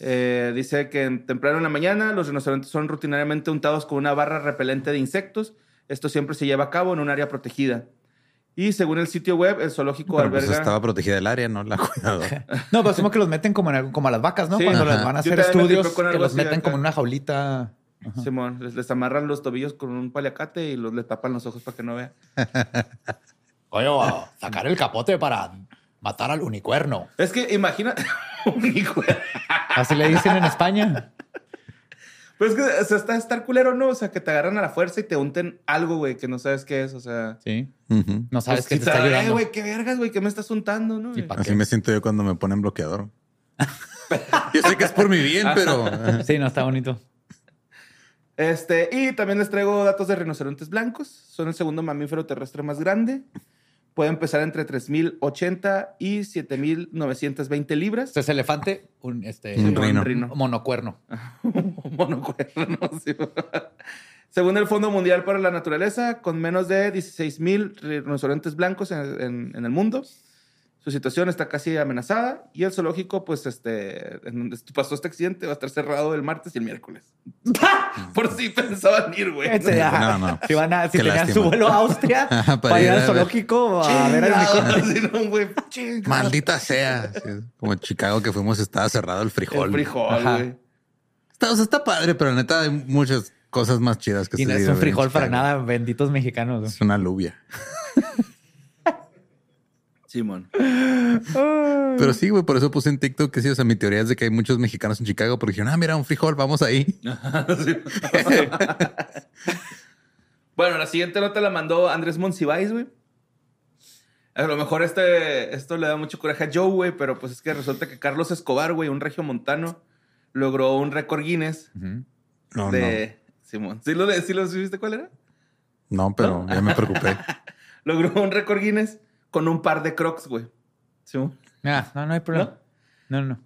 Eh, dice que en- temprano en la mañana los rinocerontes son rutinariamente untados con una barra repelente de insectos. Esto siempre se lleva a cabo en un área protegida. Y según el sitio web, el zoológico Pero pues alberga... estaba protegida del área, ¿no? [LAUGHS] La cuidadora. No, pero asumo que los meten como, en algo- como a las vacas, ¿no? Sí. Cuando Ajá. les van a Yo hacer también me estudios, tocó con que algo los así meten acá. como en una jaulita. Simón, les, les amarran los tobillos con un paliacate y los, le tapan los ojos para que no vea. Oye, sacar el capote para matar al unicuerno. Es que imagina... [LAUGHS] un hijo de- Así le dicen en España. Pero Pues es que o sea, está estar culero, ¿no? O sea, que te agarran a la fuerza y te unten algo, güey, que no sabes qué es. O sea... Sí. Ujú. No sabes pues, que sí te está sabe, ayudando. güey, qué vergas, güey, que me estás untando, ¿no? Y güey? pa' Así qué. me siento yo cuando me ponen [LAUGHS] bloqueador. yo sé que es por mi bien, pero [LAUGHS] ajá. Sí, no está bonito. Este, y también les traigo datos de rinocerontes blancos. Son el segundo mamífero terrestre más grande. Pueden pesar entre 3.080 y 7.920 libras. [LAUGHS] Este es elefante, un, este, Un rino. monocuerno. Monocuerno, sí. Según el Fondo Mundial para la Naturaleza, con menos de 16.000 rinocerontes blancos en, en- en el mundo. Su situación está casi amenazada y el zoológico, pues, este, en donde pasó este accidente, va a estar cerrado el martes y el miércoles. [LAUGHS] Por si pensaban ir, güey. Este, ajá. No, no. Si, van a, si Qué tenían lástima. su vuelo a Austria Ajá, para, ir al ver. zoológico a ver al unicornio. Chingado, [LAUGHS] sí, no, güey. Chingado. Maldita sea. Sí, Como en Chicago que fuimos estaba cerrado el frijol. El frijol, Ajá. güey. Está, o sea, está padre, pero la neta hay muchas cosas más chidas que Y no se es viven un en frijol para Chicago. nada, benditos mexicanos. ¿no? Es una alubia. [LAUGHS] Simón. Pero sí, güey, por eso puse en TikTok que sí, o sea, mi teoría es de que hay muchos mexicanos en Chicago porque dijeron, ah, mira, un frijol, vamos ahí. [LAUGHS] bueno, la siguiente nota la mandó Andrés Monsiváis, güey. A lo mejor este, esto le da mucho coraje a Joe, güey, pero pues es que resulta que Carlos Escobar, güey, un regio montano, logró un récord Guinness Ujú. No, de... Simón. ¿Sí lo, sí lo supiste cuál era? no. No, pero ya me preocupé. Logró un récord Guinness con un par de crocs, güey. Simón. Ah, no, no hay problema. No, no.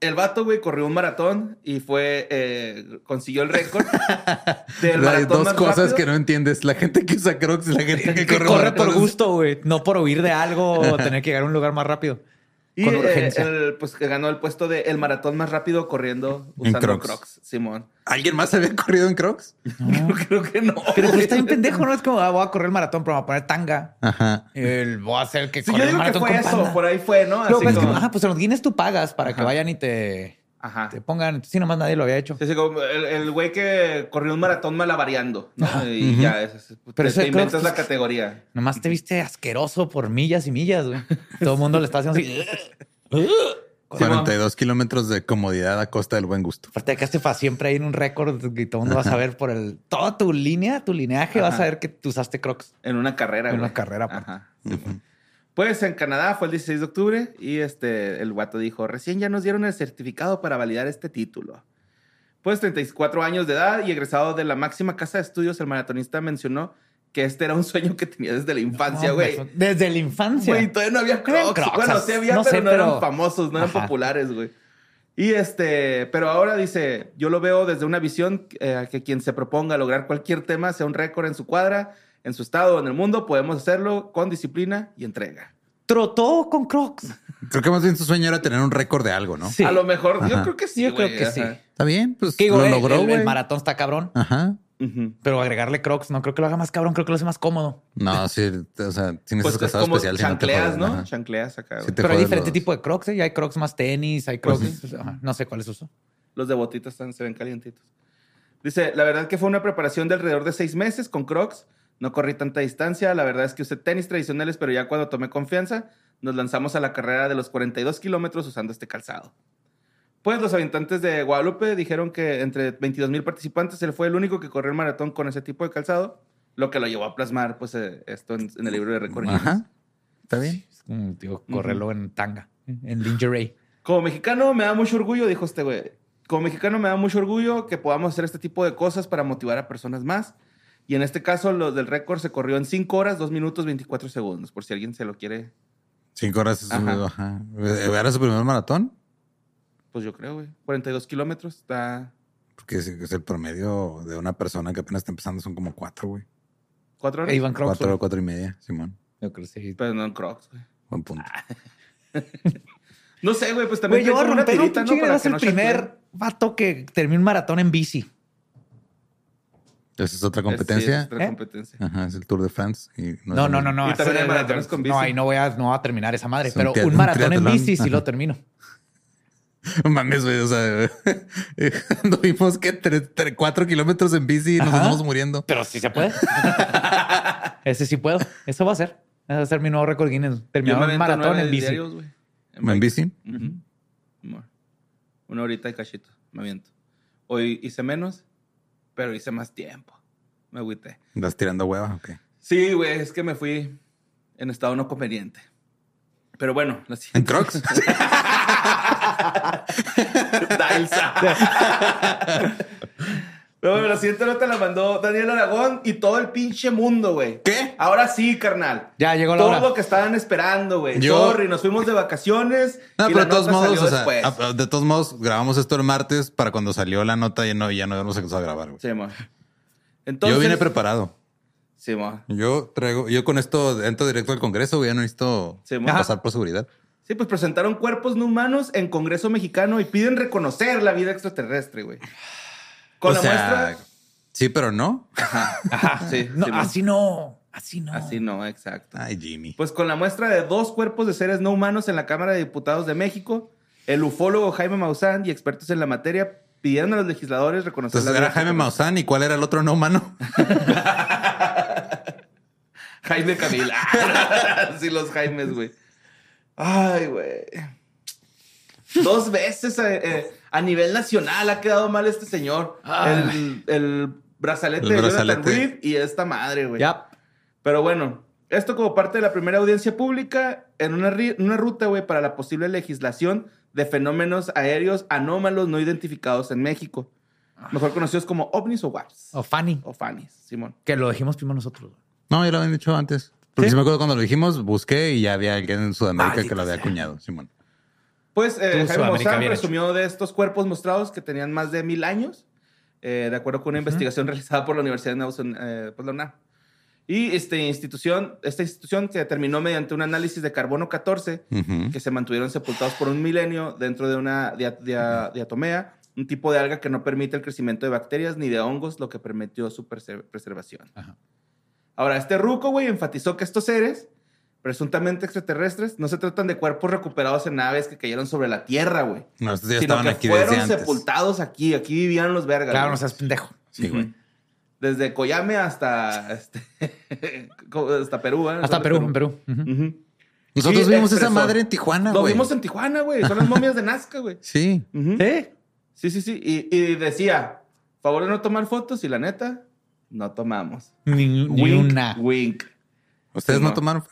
El vato, güey, corrió un maratón y fue... eh, consiguió [LAUGHS] el récord del Hay maratón dos más cosas rápido. que no entiendes. La gente que usa Crocs y la gente Que que, corre, corre por maratones. gusto, güey. No por huir de algo o tener que llegar a un lugar más rápido. Y Con eh, urgencia. el, pues que ganó el puesto de el maratón más rápido corriendo En usando Crocs. Crocs. Simón. ¿Alguien más había corrido en Crocs? [LAUGHS] Creo que no. Pero güey. pues está bien pendejo, ¿no? Es como, ah, voy a correr el maratón, pero me voy a poner tanga. Ajá. El, voy a hacer el que Sí, yo corre el digo que maratón fue con eso, panda. por ahí fue, ¿no? Luego, Así pues, como, ah, pues en los Guinness tú pagas para que Ajá. vayan y te, ajá. Ah. te pongan. Sí, nomás nadie lo había hecho. Sí, así como el el güey que corrió un maratón malavariando, ¿no? Y ya, es, es- Pero eso te, te de Crocs, inventas pues, la categoría. Nomás te viste asqueroso por millas y millas, güey. Todo el mundo le está haciendo así. 42 kilómetros de comodidad a costa del buen gusto. Aparte de que este fa siempre hay un récord que todo el mundo va a saber por el toda tu línea, tu lineaje, vas a Ajá. ver que tú usaste Crocs. En una carrera. En güey. una carrera, aparte. Ajá. Sí, güey. Pues en Canadá fue el 16 de octubre y este, el guato dijo, recién ya nos dieron el certificado para validar este título. Pues 34 años de edad y egresado de la máxima casa de estudios, el maratonista mencionó que este era un sueño que tenía desde la infancia, No, pues, güey. hombre, Desde la infancia. Güey, todavía no había Eran crocs. Crocs, Bueno, sí había, no pero sé, no pero- eran famosos, no eran Ajá. populares, güey. Y este, pero ahora dice, yo lo veo desde una visión eh, que quien se proponga lograr cualquier tema, sea un récord en su cuadra, en su estado o en el mundo, podemos hacerlo con disciplina y entrega. Trotó con Crocs. Creo que más bien su sueño era tener un récord de algo, ¿no? Sí. A lo mejor, yo Ajá. creo que sí. Yo creo güey, que ajá. sí. Está bien, pues Que digo, lo eh, logró, el, el güey. maratón está cabrón, Ajá. Ujú. pero agregarle Crocs no creo que lo haga más cabrón, creo que lo hace más cómodo. No, sí, o sea, tienes Pues ese es casado como especial. si no te chancleas, jodes, ¿no? ajá. Chancleas acá. Sí güey. te pero hay jodes diferente los- tipo de Crocs, ¿eh? Ya hay Crocs más tenis, hay Crocs. ajá, no sé cuáles uso. Los de botitas están, se ven calientitos. Dice, la verdad que fue una preparación de alrededor de seis meses con Crocs. No corrí tanta distancia. La verdad es que usé tenis tradicionales, pero ya cuando tomé confianza, nos lanzamos a la carrera de los 42 kilómetros usando este calzado. Pues los habitantes de Guadalupe dijeron que entre 22 mil participantes, él fue el único que corrió el maratón con ese tipo de calzado, lo que lo llevó a plasmar pues, eh, esto en, en el libro de recorridos. Ajá. Está bien. Es como, digo, correrlo en tanga, en lingerie. Como mexicano me da mucho orgullo, dijo este güey. Como mexicano me da mucho orgullo que podamos hacer este tipo de cosas para motivar a personas más. Y en este caso, los del récord se corrió en 5 horas, 2 minutos, 24 segundos, por si alguien se lo quiere. Cinco horas es un- Ajá. ajá. Eh, ¿Era su primer maratón? Pues yo creo, güey. 42 kilómetros está Porque es, es el promedio de una persona que apenas está empezando son como cuatro, güey. 4 horas. E iban Crocs. Cuatro, güey. cuatro y media, Simón. Yo creo que sí. Pero no en Crocs, güey. Buen punto. Ah. No sé, güey, pues Güey, también. yo voy a trae como una romper un tirita, ¿no? chingo, Para vas que el no primer chanclee. vato que termine un maratón en bici. Esa es otra Sí, competencia. es otra ¿Eh? competencia. Ajá, es el Tour de France. y es No, lo no, mismo. no, no. Y ese también hay no, maratones con no, bici. ahí no voy a, no voy a terminar esa madre. Es un pero tri- un un maratón en triatlón. bici sí Ajá. lo termino. [LAUGHS] Mames, güey. O sea, [LAUGHS] cuando vimos que tres, tres- cuatro kilómetros en bici y nos Ajá. estamos muriendo. Pero sí se puede. [LAUGHS] Ese sí puedo. Eso va a ser. Ese va a ser mi nuevo récord Guinness. Yo me Terminar un avento maratón nueve en bici. diarios, güey. ¿En bici? Ujú. Bueno, Una horita y cachito, me aviento. Hoy hice menos, pero hice más tiempo. Me agüité. ¿Andas tirando hueva? Ok. Sí, güey, es que me fui en estado no conveniente. Pero bueno, [LAUGHS] la [LAUGHS] ¿En siguiente. Crocs? Dalsa. Pero bueno, la siguiente nota la mandó Daniel Aragón y todo el pinche mundo, güey. ¿Qué? Ahora sí, carnal. Ya llegó la Todo hora. lo que estaban esperando, güey. Yo- Sorry, nos fuimos de vacaciones. No, y pero la de todos nota modos, salió o sea, después. a- a- de todos modos, grabamos esto el martes para cuando salió la nota y no, ya no íbamos a empezar a grabar, güey. Sí, mo. Entonces, Yo vine preparado. Sí, mo. Yo traigo, yo con esto entro directo al Congreso, güey. Ya no necesito Sí, mo. pasar por seguridad. Sí, pues presentaron cuerpos no humanos en Congreso Mexicano y piden reconocer la vida extraterrestre, güey. Con O la sea, muestra. Sí, pero no. Ajá, sí, No, sí, mo. así no. Así no. Así no, exacto. Ay, Jimmy. Pues con la muestra de dos cuerpos de seres no humanos en la Cámara de Diputados de México, el ufólogo Jaime Maussan y expertos en la materia pidieron a los legisladores reconocer Entonces la era vida Jaime Maussan y cuál era el otro no humano. Jaime Camila. [LAUGHS] sí, los Jaimes, güey. Ay, güey. Dos veces eh, eh, a nivel nacional ha quedado mal este señor. El, el brazalete El de Jonathan brazalete. Reed y esta madre, güey. Ya. Pero bueno, esto como parte de la primera audiencia pública en una, ri- una ruta, güey, para la posible legislación de fenómenos aéreos anómalos no identificados en México. Mejor conocidos como ovnis o WAPs. O Fanny. O fanis, Simón. Que lo dijimos primero nosotros. güey. [LAUGHS] No, ya lo habían dicho antes. Porque sí me acuerdo cuando lo dijimos, busqué y ya había alguien en Sudamérica Ah, que lo había acuñado, Simón. Pues eh, Tú, Jaime Sudamérica, Maussan bien presumió de estos cuerpos mostrados que tenían más de mil años, eh, de acuerdo con una investigación [LAUGHS] realizada por la Universidad de Nueva Zelanda, eh, pues, la UNAM. Y este institución, esta institución que determinó mediante un análisis de carbono 14 Ujú. que se mantuvieron sepultados por un milenio dentro de una dia- dia- diatomea, un tipo de alga que no permite el crecimiento de bacterias ni de hongos, lo que permitió su perse- preservación. Ajá. Ahora, este ruco, güey, enfatizó que estos seres, presuntamente extraterrestres, no se tratan de cuerpos recuperados en naves que cayeron sobre la Tierra, güey. No, estos ya Sino estaban que aquí desde fueron antes. sepultados aquí, aquí vivían los vergas. Claro, güey. no seas pendejo. Sí, güey. Desde Coyame hasta, este, [LAUGHS] hasta Perú, ¿eh? Hasta Perú, en Perú. Ujú. Ujú. Nosotros Sí, vimos esa expresó. madre en Tijuana, Lo güey. vimos en Tijuana, güey. Son las momias de Nazca, güey. Sí. Ujú. ¿Sí? Sí, sí, sí. Y, y decía, favor de no tomar fotos y la neta, no tomamos. Ni, ni wink, una. wink. Ustedes Sí, no, no. tomaron.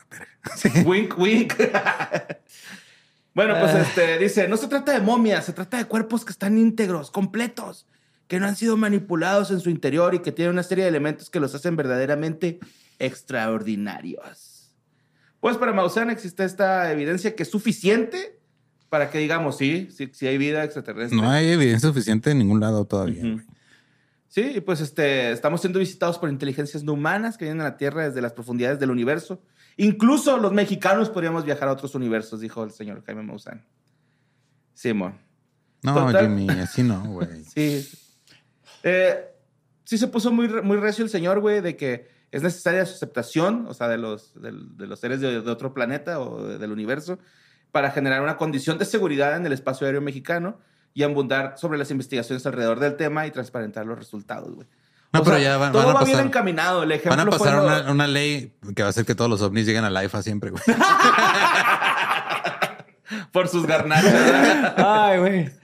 [LAUGHS] Wink, wink. [LAUGHS] bueno, pues este dice: No se trata de momias, se trata de cuerpos que están íntegros, completos, que no han sido manipulados en su interior y que tienen una serie de elementos que los hacen verdaderamente extraordinarios. Pues para Maussan existe esta evidencia que es suficiente para que digamos, sí, sí, sí hay vida extraterrestre. No hay evidencia suficiente en ningún lado todavía. Ujú. güey. Sí, y pues este, estamos siendo visitados por inteligencias no humanas que vienen a la Tierra desde las profundidades del universo. Incluso los mexicanos podríamos viajar a otros universos, dijo el señor Jaime Maussan. Simón. No, Total. Jimmy, así no, [LAUGHS] güey. Sí. Eh, sí se puso muy, re- muy recio el señor, güey, de que es necesaria su aceptación, o sea, de los, del- de los seres de, de otro planeta o de- del universo, para generar una condición de seguridad en el espacio aéreo mexicano y abundar sobre las investigaciones alrededor del tema y transparentar los resultados, güey. No, O pero sea, ya van, todo van a va bien pasar. encaminado. El ejemplo Van a pasar fue lo- una, una ley que va a hacer que todos los ovnis lleguen a la IFA siempre, [LAUGHS] güey. por sus garnachas. [LAUGHS] ¿verdad? Ay, güey.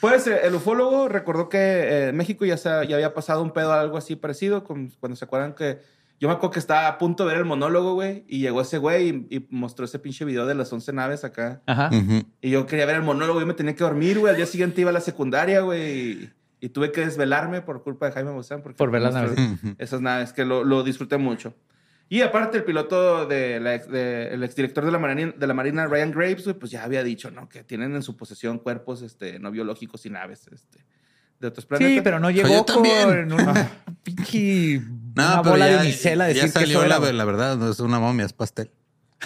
Pues eh, el ufólogo recordó que eh, México ya, se- ya había pasado un pedo algo así parecido, con- cuando se acuerdan que yo me acuerdo que estaba a punto de ver el monólogo, güey, y llegó ese güey y, y mostró ese pinche video de las 11 naves acá. Ajá. Ujú. Y yo quería ver el monólogo, yo me tenía que dormir, güey, al día siguiente iba a la secundaria, güey, y, y tuve que desvelarme por culpa de Jaime Maussan. porque Por ver las mostró naves. Ujú. Esas naves, que lo, lo disfruté mucho. Y aparte el piloto de la ex- de- el exdirector de la Marina, de la Marina Ryan Graves, güey, pues ya había dicho, ¿no? Que tienen en su posesión cuerpos este, no biológicos y naves este, de otros planetas. Sí, pero no llegó yo con también. [LAUGHS] una pinche No, una pero bola ya, de unicel a ya decir que salió eso era. la, la verdad, no es una momia, es pastel. [LAUGHS]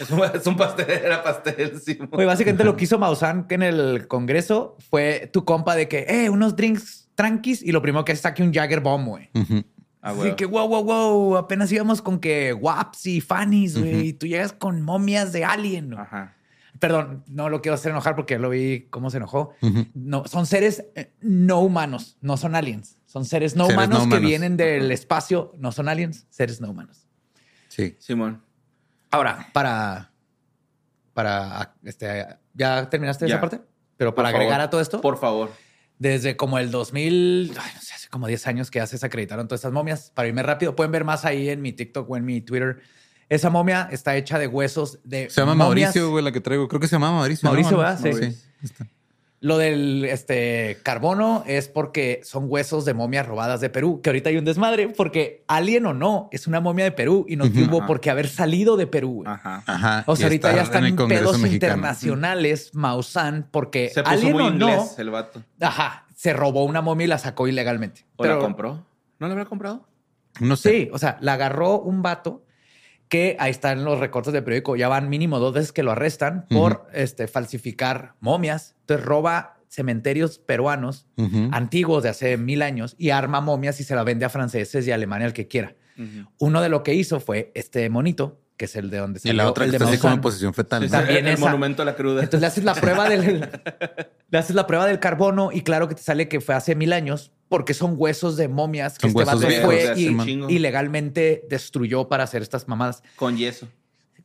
Es un, es un pastel, era pastel, sí. mo- Oye, básicamente lo que hizo Maussan en el Congreso fue tu compa de que, eh, unos drinks tranquis y lo primero que es saque un Jagger Bomb, güey. Ujú. Ah, Así güey. que wow, wow, wow, apenas íbamos con que Waps y Fannies, güey, y tú llegas con momias de alien. güey. Ajá. Perdón, no lo quiero hacer enojar porque lo vi cómo se enojó. Ujú. No, son seres eh, no humanos, no son aliens. Son seres no, Seres no humanos, que humanos. vienen del espacio, no son aliens, seres no humanos. Sí. Simón. Ahora, para, para, este, ya terminaste Ya. esa parte, pero Por para agregar favor. a todo esto, Por favor. desde como el 2000, ay, no sé, hace como 10 años que ya se desacreditaron todas estas momias. Para irme rápido, pueden ver más ahí en mi TikTok o en mi Twitter. Esa momia está hecha de huesos de. Se llama momias. Mauricio, güey, la que traigo. Creo que se llama Mauricio. ¿no? Mauricio, ¿no? ¿verdad? Sí. Mauricio. Está. Lo del este, carbono es porque son huesos de momias robadas de Perú, que ahorita hay un desmadre, porque alien o no, es una momia de Perú y no Ujú. tuvo Ajá. Ah, por qué haber salido de Perú. güey. Ajá. Ajá. O sea, y ahorita está ya están el en Congreso pedos Mexicano. internacionales, Maussan, porque Se puso alien muy eh, o no, inglés el vato. ajá, se robó una momia y la sacó ilegalmente. ¿O la compró? ¿No la habrá comprado? No sé. Sí, o sea, la agarró un vato que ahí están los recortes del periódico. Ya van mínimo dos veces que lo arrestan por Ujú. este, falsificar momias. Entonces roba cementerios peruanos Ujú. antiguos de hace mil años y arma momias y se la vende a franceses y Alemania al que quiera. Ujú. Uno de lo que hizo fue este monito, que es el de donde Y la salió otra el que de está así como en Maussan. posición fetal. Sí, ¿no? sí, También el esa. monumento a la cruda. Entonces le haces la prueba del le haces la prueba del carbono y claro que te sale que fue hace mil años porque son huesos de momias que Son este huesos vato viejos fue de hace y- un chingo. ilegalmente destruyó para hacer estas mamadas. Con yeso.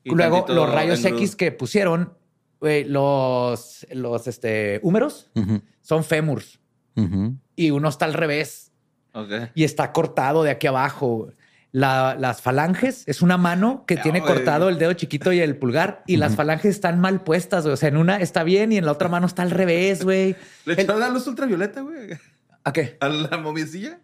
Y Luego tantito los rayos engrudo. X que pusieron güey, los los este húmeros Ujú. son fémurs Ujú. y uno está al revés Ok. y está cortado de aquí abajo. La- las falanges es una mano que Ah, tiene güey. cortado el dedo chiquito y el pulgar y las falanges están mal puestas. güey. O sea, en una está bien y en la otra mano está al revés, güey. ¿Le El- echaron la luz ultravioleta, güey? ¿A qué? ¿A la momiecilla?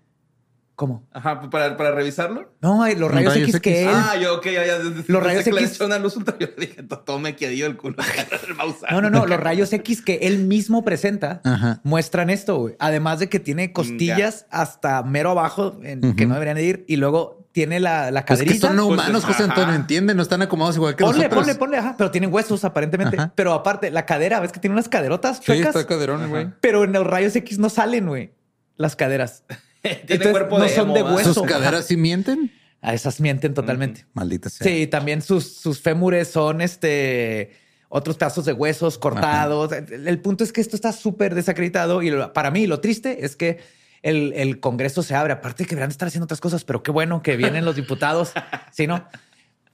¿Cómo? Ajá, pues, para, para revisarlo. No, ay, los rayos, Rayos X que X. él- Ah, yo, ok, ya, ya. Los rayos que le X. echó una luz ultravioleta. Dije, "To- tome que dio el culo. [LAUGHS] el Maussan". No, no, no. Los rayos X que él mismo presenta Ajá. muestran esto, güey. Además de que tiene costillas hasta mero abajo en- que Ujú. no deberían ir y luego tiene la, la Es caderilla. que son no Pues, humanos, José Antonio, ajá. ¿entienden? No están acomodados igual que Ponle, nosotros. ponle, ponle, ajá, pero tienen huesos aparentemente. Ajá. Pero aparte, la cadera, ves que tiene unas caderotas Sí, chuecas, está caderón, güey. pero en los rayos X no salen, güey, las caderas. [LAUGHS] Tiene Entonces, cuerpo no de son emo, de ¿va? hueso. ¿Sus Eso, caderas ajá. sí mienten? A esas mienten totalmente. Maldita sea. Sí, también sus, sus fémures son este otros pedazos de huesos cortados. El, el punto es que esto está súper desacreditado y lo- para mí lo triste es que el, el Congreso se abre. Aparte que deberían estar haciendo otras cosas, pero qué bueno que vienen los diputados, ¿sí no?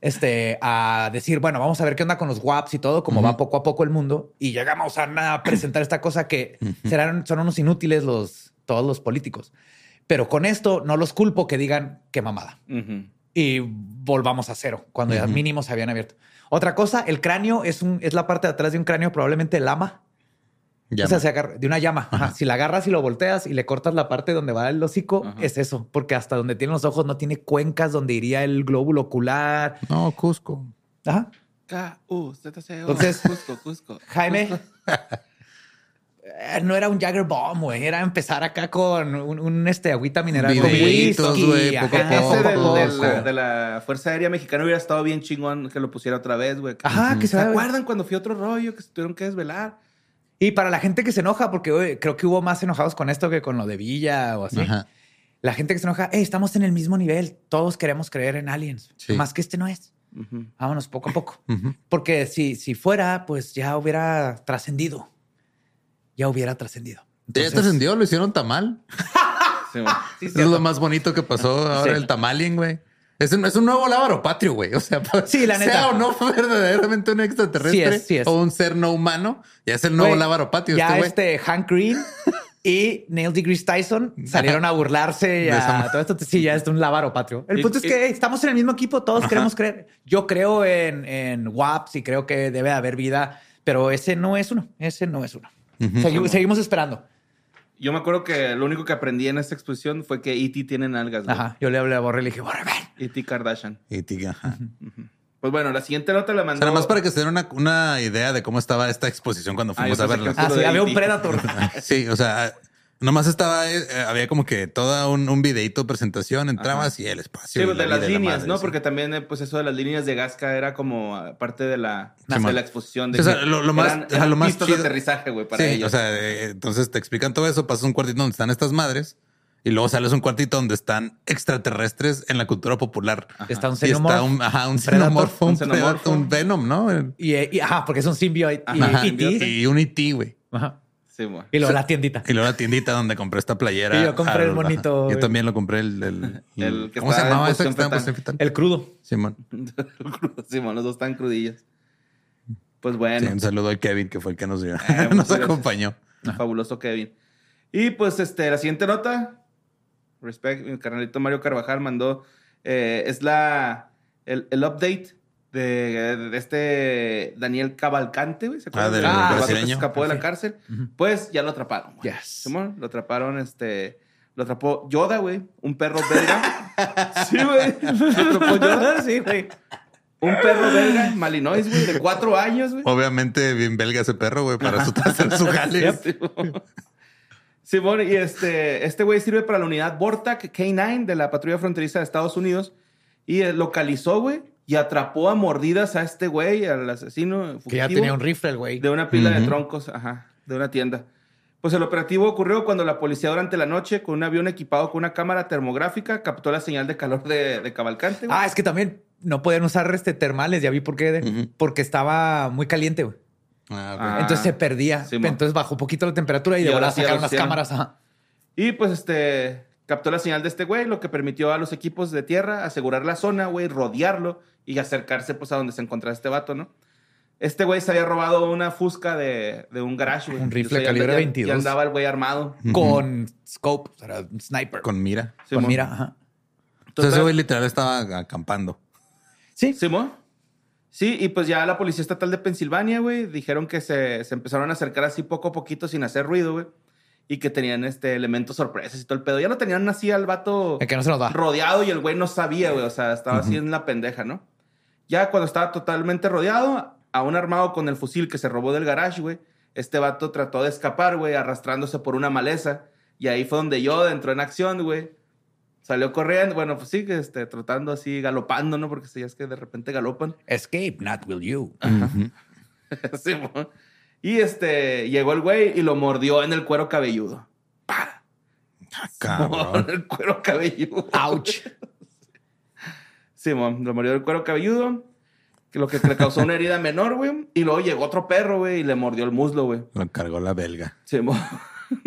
este, a decir, bueno, vamos a ver qué onda con los WAPs y todo, como va poco a poco el mundo. Y llegamos a, na- presentar esta cosa que serán, son unos inútiles los, todos los políticos. Pero con esto no los culpo que digan qué mamada. Ujú. Y volvamos a cero, cuando ya Ujú. mínimo se habían abierto. Otra cosa, el cráneo es, un, es la parte de atrás de un cráneo, probablemente lama. Ya. O sea, se agarra- de una llama. Ajá. Si la agarras y lo volteas y le cortas la parte donde va el hocico, Ajá. es eso. Porque hasta donde tiene los ojos no tiene cuencas donde iría el glóbulo ocular. No, Cusco. Ajá. K, U, Z, C, O. Entonces- Cusco, Cusco. [LAUGHS] Jaime. eh, No era un Jagger Bomb, güey. Era empezar acá con un, un, este, agüita mineral con Videitos, whisky, güey, poco a ajá. Ah, poco. Ese del- de, poco. la, de la Fuerza Aérea Mexicana hubiera estado bien chingón que lo pusiera otra vez, güey. Ajá, que se ¿Se va- acuerdan cuando fui a otro rollo que se tuvieron que desvelar? Y para la gente que se enoja, porque güey, creo que hubo más enojados con esto que con lo de Villa o así. Ajá. La gente que se enoja, "Ey, estamos en el mismo nivel. Todos queremos creer en aliens. Sí. Más que este no es. Vámonos poco a poco. [LAUGHS] Ujú. Porque si, si fuera, pues ya hubiera trascendido. Ya hubiera trascendido. Ya trascendió, lo hicieron tamal. Sí, güey. Eso es lo más bonito que pasó ahora el tamalien, güey. Es un, es un nuevo lábaro patrio, güey. O sea, [LAUGHS] Sí, la neta. sea o no [LAUGHS] verdaderamente un extraterrestre Sí es, sí es. o un ser no humano, ya es el nuevo Güey, lábaro patrio. Ya este, güey. este, Hank Green y Neil deGrasse Tyson salieron a burlarse y De esa a ma- todo esto. Sí, ya es un lavaro patrio. El Y- punto es y- que hey, estamos en el mismo equipo, todos queremos creer. Yo creo en, en WAPs y creo que debe de haber vida, pero ese no es uno. Ese no es uno. Segui- seguimos esperando. Yo me acuerdo que lo único que aprendí en esta exposición fue que E E.T. tiene nalgas, güey. Ajá. Yo le hablé a Borre y le dije, Borre, ven. E.T. Kardashian. Y tiga, ajá. Pues bueno, la siguiente nota la O mandó... sea, nada más para que se den una, una idea de cómo estaba esta exposición cuando Ah, yo fuimos a pensé que verla. Ah, Ah, Ah, sí, sí, había E.T.. un Predator. Sí, o sea, nomás estaba, eh, había como que todo un, un videito presentación, entrabas y Sí, el espacio. y pues, de la las vida y la líneas, madre, ¿no? sí. Porque también, eh, pues, eso de las líneas de Gasca era como ah, parte de la, Sí, de man. la exposición. De Sí, o sea, que lo- lo más- eran- ajá, eran lo más pistas de chido. aterrizaje, güey, para sí, ellos. o sea, eh, entonces te explican todo eso, pasas un cuartito donde están estas madres y luego sales a un cuartito donde están extraterrestres en la cultura popular. Está un Y está xenomorfo. un, ajá, un Predator, xenomorfo, un un, predator, xenomorfo. un venom, ¿no? El- Y, eh, y- ajá, porque es un simbiote. Y, Ajá. y- y, y un IT, güey. ajá. Sí, güey. Y [LAUGHS] luego la tiendita. Y luego la tiendita donde compré esta playera. Y yo compré el ajá. monito, Yo güey. también lo compré el. el, [LAUGHS] El que ¿Cómo se estaba en llamaba ese que posición estaba en fetal. posición fetal? El crudo. Simón. sí, man, los dos están crudillos. Pues Sí, bueno. un saludo a Kevin, que fue el que nos, dio- [LAUGHS] muchas nos gracias. acompañó. Fabuloso Kevin. Y pues este, la siguiente nota. Respect, mi carnalito Mario Carvajal mandó. eh, es la el, el update de, de este Daniel Cavalcante, güey. ¿Se acuerdan? Ah, del El vato que se brasileño. escapó de la Sí. cárcel. Ujú. Pues ya lo atraparon. güey. Yes. Simón, lo atraparon, este. Lo atrapó Yoda, güey. Un perro belga. [LAUGHS] sí, güey. Lo atrapó Yoda. sí, güey. Un perro belga, malinois, güey, de cuatro años, güey. Obviamente, bien belga ese perro, güey, para su, hacer [LAUGHS] su jale. Simón. Simón, y este, este güey sirve para la unidad Bortac K9 de la patrulla fronteriza de Estados Unidos y eh, localizó, güey, y atrapó a mordidas a este güey, al asesino Que ya fugitivo tenía un rifle el güey. de una pila de Ujú. troncos, ajá, de una tienda. Pues el operativo ocurrió cuando la policía durante la noche con un avión equipado con una cámara termográfica captó la señal de calor de, de Cavalcante. güey. Ah, es que también no podían usar este termales, ya vi por qué, de- Ujú. porque estaba muy caliente, güey. Ah, Ah, Entonces se perdía. sí, mo. Entonces bajó poquito la temperatura y, Y de ahora volada sí ya sacaron lo las hicieron. cámaras. ajá. Y pues este captó la señal de este güey, lo que permitió a los equipos de tierra asegurar la zona, güey, rodearlo y acercarse pues a donde se encontraba este vato, ¿no? Este güey se había robado una fusca de, de un garage, güey. Un rifle ya- calibre Pues ya- 22. Y andaba el güey armado. Con scope, o sea, era un sniper. Con, con mira. Simón. mira. ajá. Entonces, Total. ese güey literal estaba acampando. Sí. Simón. Sí, y pues ya la Policía Estatal de Pensilvania, güey, dijeron que se, se empezaron a acercar así poco a poquito sin hacer ruido, güey. Y que tenían este elementos sorpresas y todo el pedo. Ya lo tenían así al vato. El que no se nos va. rodeado y el güey no sabía, güey. O sea, estaba así en la pendeja, ¿no? Ya cuando estaba totalmente rodeado, aún armado con el fusil que se robó del garage, güey, este vato trató de escapar, güey, arrastrándose por una maleza. Y ahí fue donde yo entró en acción, güey. Salió corriendo, bueno, pues sí, que, este, tratando así, galopando, ¿no? Porque si ya es que de repente galopan. [LAUGHS] Escape, not will you. Ujú. Sí, mo. y este, llegó el güey y lo mordió en el cuero cabelludo. Ah, En Cabrón. [LAUGHS] el cuero cabelludo. Ouch. Sí, mo, lo mordió el cuero cabelludo, que lo que le causó una herida menor, güey. Y luego llegó otro perro, güey, y le mordió el muslo, güey. Lo cargó la belga. Sí, [LAUGHS] mo.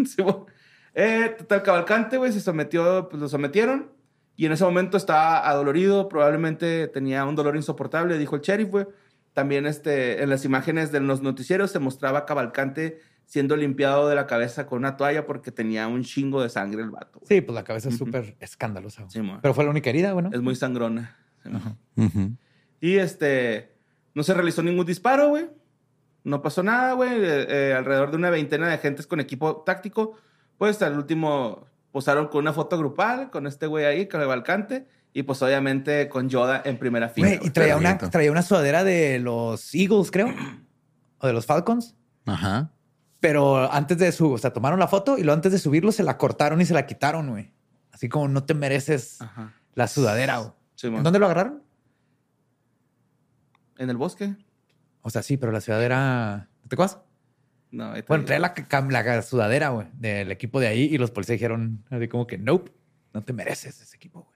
Sí, mo. Eh, total, Cavalcante, güey, se sometió, pues lo sometieron. Y en ese momento estaba adolorido, probablemente tenía un dolor insoportable, dijo el sheriff, güey. También este, en las imágenes de los noticieros se mostraba Cabalcante siendo limpiado de la cabeza con una toalla porque tenía un chingo de sangre el vato. güey. Sí, pues la cabeza es súper escandalosa. güey. Sí, ma. Pero fue la única herida, bueno. Es muy sangrona. Sí, ma. Ujú. Y este, no se realizó ningún disparo, güey. No pasó nada, güey. Eh, eh, alrededor de una veintena de agentes con equipo táctico, pues al último posaron con una foto grupal, con este güey ahí, con el Balcante, y pues obviamente con Yoda en primera fila. Güey, y güey. traía Qué una, bonito. traía una sudadera de los Eagles, creo, o de los Falcons. Ajá. [LAUGHS] Pero antes de su, o sea, tomaron la foto y luego antes de subirlo se la cortaron y se la quitaron, güey. Así como no te mereces Ajá. la sudadera. güey. Sí, ¿En mon. dónde lo agarraron? ¿En el bosque? O sea, sí, pero la sudadera. ¿No te acuerdas? No, ahí está Bueno, bien. trae la, cam- la sudadera, güey, del equipo de ahí y los policías dijeron así como que, nope, no te mereces ese equipo, güey.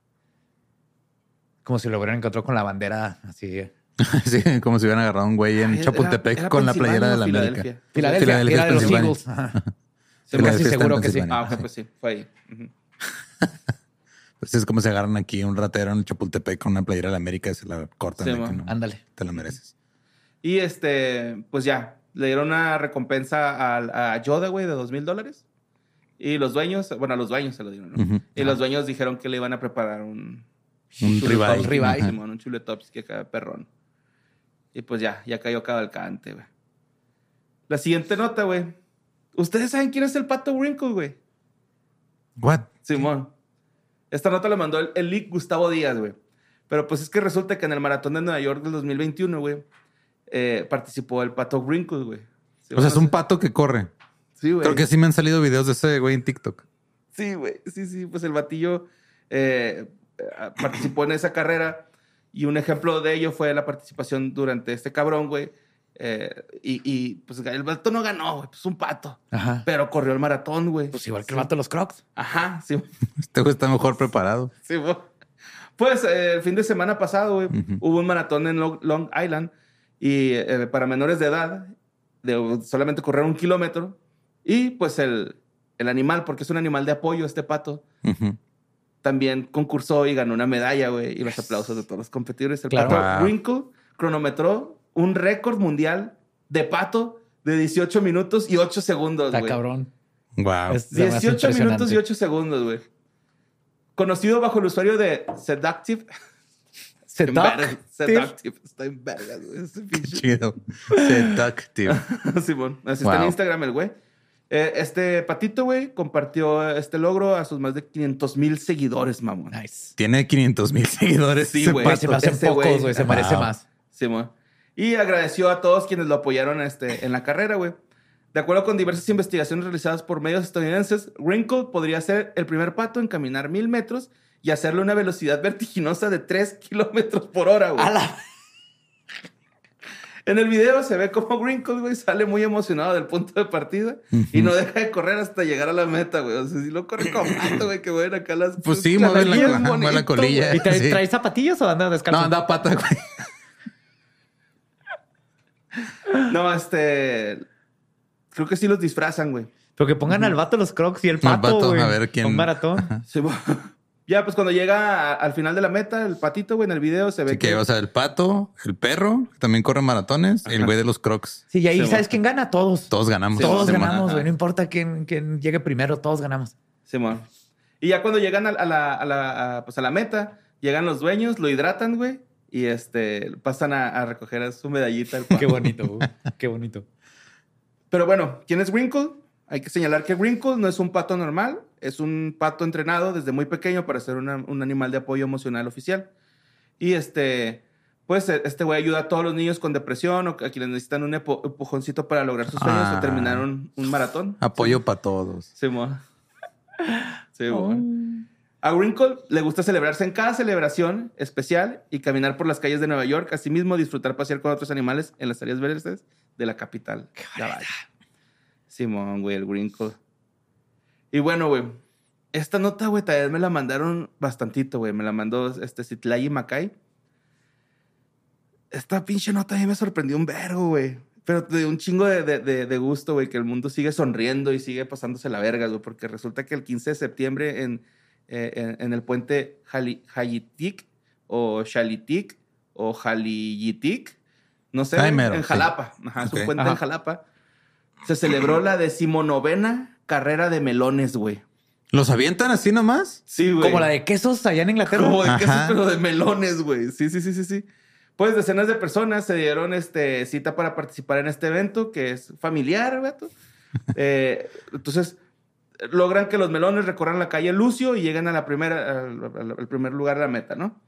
Como si lo hubieran encontrado con la bandera así. eh. Sí, como si hubieran agarrado a un güey en Ay, era- Chapultepec era con la Pensilvania playera o de la América. Filadelfia. Filadelfia, era de los Pensilvania. Eagles. Ajá. Sí, la Casi fiesta en seguro que sí. Pensilvania, Ah, ok, pues sí, fue ahí. Ujú. Pues es como se agarran aquí un ratero en el Chapultepec con una playera de la América y se la cortan. Sí, de ma. que no, Ándale. Te la mereces. Y este, pues ya, le dieron una recompensa al- a, Yoda, güey, de dos mil dólares. Y los dueños, bueno, a los dueños se lo dieron, ¿no? Ujú. Y los dueños dijeron que le iban a preparar un... Un chuletopski, ribeye. ribeye. Ajá. Simón, un chuletopski acá, perrón. Y pues ya, ya cayó Cabalcante, güey. La siguiente nota, güey. ¿Ustedes saben quién es el Pato Wrinkle, güey? What? Simón. Esta nota la mandó el, el leak Gustavo Díaz, güey. Pero pues es que resulta que en el maratón de Nueva York del 2021, güey, eh, participó el pato Wrinkle, güey. Sí, O sea, es un bueno, pato que corre. Sí, güey. Creo que sí me han salido videos de ese güey en TikTok. Sí, güey. Sí, sí, pues el batillo eh, eh, participó en esa carrera y un ejemplo de ello fue la participación durante este cabrón, güey. Eh, y, y, pues el vato no ganó, güey. Pues un pato. Ajá. Pero corrió el maratón, güey. Pues igual que el vato de los Crocs. Ajá, sí. Este güey está mejor preparado. Sí, bo. pues eh, el fin de semana pasado, güey, Ujú. hubo un maratón en Lo- Long Island y eh, para menores de edad, de solamente correr un kilómetro. Y pues el, el animal, porque es un animal de apoyo, este pato, Ujú. también concursó y ganó una medalla, güey, y los aplausos de todos los competidores. El Claro. pato Wow. Wrinkle cronometró un récord mundial de pato de 18 minutos y 8 segundos, Está güey. cabrón. Wow. Es- se me hace 18 minutos y impresionante. 8 segundos, güey. Conocido bajo el usuario de Seductive. Se Verga, toca. Seductive. Está en vergas, güey. ese Qué pinche- chido. Seductive. [LAUGHS] Simón. Así está Wow. en Instagram el güey. Eh, este patito, güey, compartió este logro a sus más de 500 mil seguidores, mamón. Nice. Tiene 500 mil seguidores. Sí, ese güey. pato. Se me hacen Ese pocos, güey. güey. Se merece Wow. más. Simón. Y agradeció a todos quienes lo apoyaron este, en la carrera, güey. De acuerdo con diversas investigaciones realizadas por medios estadounidenses, Wrinkle podría ser el primer pato en caminar mil metros y hacerle una velocidad vertiginosa de 3 kilómetros por hora, güey. A la- [LAUGHS] En el video se ve como Wrinkle, güey, sale muy emocionado del punto de partida y no deja de correr hasta llegar a la meta, güey. O sea, si lo corre con pato, güey, que bueno acá las... Pues sí, mueve la, bien ajá, mueve la bonito, colilla. ¿Y trae, sí. trae zapatillas o anda No, descalzo? anda a pata, güey. güey. No, este... Creo que sí los disfrazan, güey. Pero que pongan al vato los Crocs y el Al vato, pato, güey. a ver quién- Un maratón. Sí, bo- [LAUGHS] ya, pues cuando llega a- al final de la meta, el patito, güey, en el video se ve Así que... que, o sea, el pato, el perro, que también corre maratones, el güey de los crocs. Sí, y ahí Sí, sabes quién gana. Todos. Todos ganamos. Todos Sí, man. ganamos, güey. No importa quién, quién llegue primero, todos ganamos. Simón. Y ya cuando llegan a, a la, a la- a, pues a la meta, llegan los dueños, lo hidratan, güey, y este, pasan a, a recoger a su medallita. el pato. Qué bonito, güey. Qué bonito. Pero bueno, ¿quién es Wrinkle? Hay que señalar que Wrinkle no es un pato normal, es un pato entrenado desde muy pequeño para ser una- un animal de apoyo emocional oficial. Y este, pues e- este güey ayuda a todos los niños con depresión o a quienes necesitan un epo- empujoncito para lograr sus sueños o Ah. terminar un, un maratón. Apoyo para todos. Sí, mo. Sí, mo. A Wrinkle le gusta celebrarse en cada celebración especial y caminar por las calles de Nueva York. Asimismo, disfrutar pasear con otros animales en las áreas verdes de la capital. gabacha. Simón, güey, el Wrinkle. Y bueno, güey, esta nota, güey, también me la mandaron bastantito, güey. Me la mandó este Citlayi Macay. Esta pinche nota a mí me sorprendió un vergo, güey. Pero de un chingo de, de- de- de gusto, güey, que el mundo sigue sonriendo y sigue pasándose la verga, güey, porque resulta que el 15 de septiembre en, eh, en, en el puente Jali- Jalitic o Chalitic o Jaliyitic, no sé, Ahí en, mero, en sí. Jalapa, Ajá, es un Ok. puente Ajá. en Jalapa. Se celebró la decimonovena carrera de melones, güey. ¿Los avientan así nomás? Sí, güey. Como la de quesos allá en Inglaterra. [LAUGHS] Como de Ajá. quesos, pero de melones, güey. Sí, sí, sí, sí, sí. Pues decenas de personas se dieron este, cita para participar en este evento que es familiar, [LAUGHS] vato. Eh, entonces, logran que los melones recorran la calle Lucio y llegan a la primera, al, al- al primer lugar de la meta, ¿no?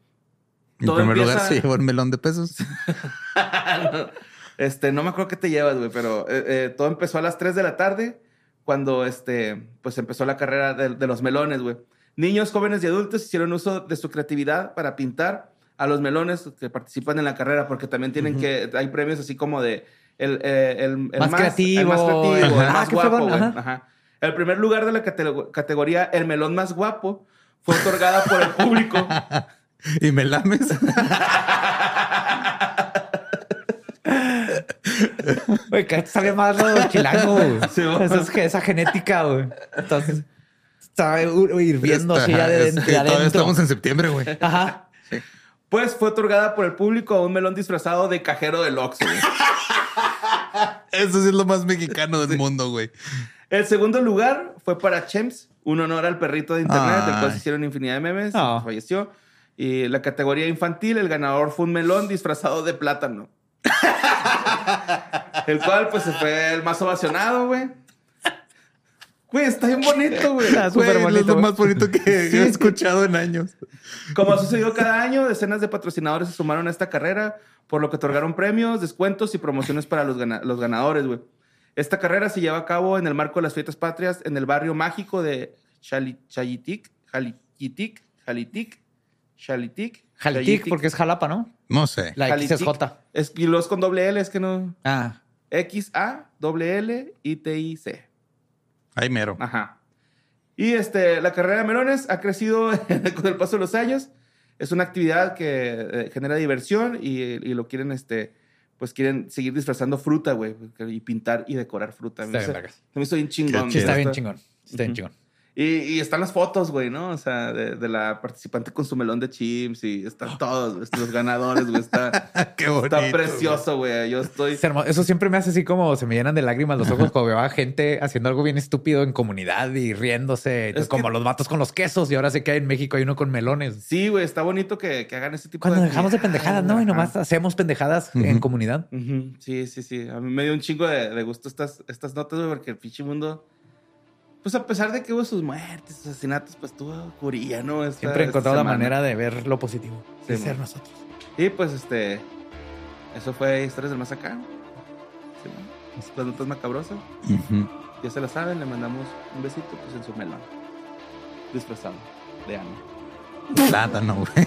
En Todo primer empieza- lugar se llevó el melón de pesos. [LAUGHS] Este, no me acuerdo qué te llevas, güey, pero eh, eh, todo empezó a las 3 de la tarde cuando, este, pues empezó la carrera de, de los melones, güey. Niños, jóvenes y adultos hicieron uso de su creatividad para pintar a los melones que participan en la carrera, porque también tienen que, hay premios así como de el, eh, el- el Más creativo, el más creativo, el ajá. Ah, más qué guapo, fregón, güey. ajá. Ajá. El primer lugar de la catego- categoría El melón más guapo fue otorgada por el público. [LAUGHS] y me lames. Güey, que sabe más lo chilango. güey. Sí, va. Eso es que esa genética, güey. Entonces, está hu- hirviendo así Ajá, ya de, es de que todavía adentro. estamos en septiembre, güey. Ajá. Pues fue otorgada por el público a un melón disfrazado de cajero del Oxxo. güey. Eso sí es lo más mexicano del mundo, güey. El segundo lugar fue para Chems, un honor al perrito de internet, del cual Ay. se hicieron infinidad de memes, pues, Ah. falleció. Y la categoría infantil, el ganador fue un melón disfrazado de plátano. [LAUGHS] el cual, pues, se fue el más ovacionado, güey. Güey, está bien bonito, güey. Está Güey, súper es bonito. lo más bonito que he escuchado en años. Como ha sucedido cada año, decenas de patrocinadores se sumaron a esta carrera, por lo que otorgaron premios, descuentos y promociones para los, gana- los ganadores, güey. Esta carrera se lleva a cabo en el marco de las fiestas patrias en el barrio mágico de Chali- Chalitic, Jalitic, Jalitic, Chalitic. Jalitic, porque es Jalapa, ¿no? No sé. La Jalitic. XJ. Es y los con doble L, es que no. Ah. X, A, doble L, I, T, I, C. Ahí mero. Ajá. Y este, la carrera de melones ha crecido [LAUGHS] con el paso de los años. Es una actividad que eh, genera diversión y, y lo quieren, este, pues quieren seguir disfrazando fruta, güey, y pintar y decorar fruta. Está Me bien, hizo- vergas. se me hizo bien chingón. Qué Sí, chido. está bien Esto- chingón. Está bien chingón. Y, y están las fotos, güey, ¿no? O sea, de, de la participante con su melón de chips y están todos, güey, los ganadores, güey. [LAUGHS] Está, Qué bonito. está precioso, güey. Yo estoy... Es hermoso. Eso siempre me hace así como se me llenan de lágrimas los ojos cuando veo a gente haciendo algo bien estúpido en comunidad y riéndose, Es como que- los vatos con los quesos. Y ahora sé que en México hay uno con melones. Sí, güey, está bonito que, que hagan ese tipo Cuando dejamos de actividades, pendejadas, ¿no? Y ajá. nomás hacemos pendejadas en Ujú. comunidad. Ujú, Sí, sí, sí. A mí me dio un chingo de, de gusto estas, estas notas, güey, porque el pinche mundo. Pues a pesar de que hubo sus muertes, sus asesinatos, pues tuvo curía, ¿no? Esta- Siempre he esta encontrado la semana. manera de ver lo positivo. Sí, de ser man. nosotros. Y pues este. Eso fue Historias del Más Acá. Sí, man. Las notas macabrosas. Ujú. Ya se las saben, le mandamos un besito pues, en su melón. Disfrazado de Ana. Plátano, güey.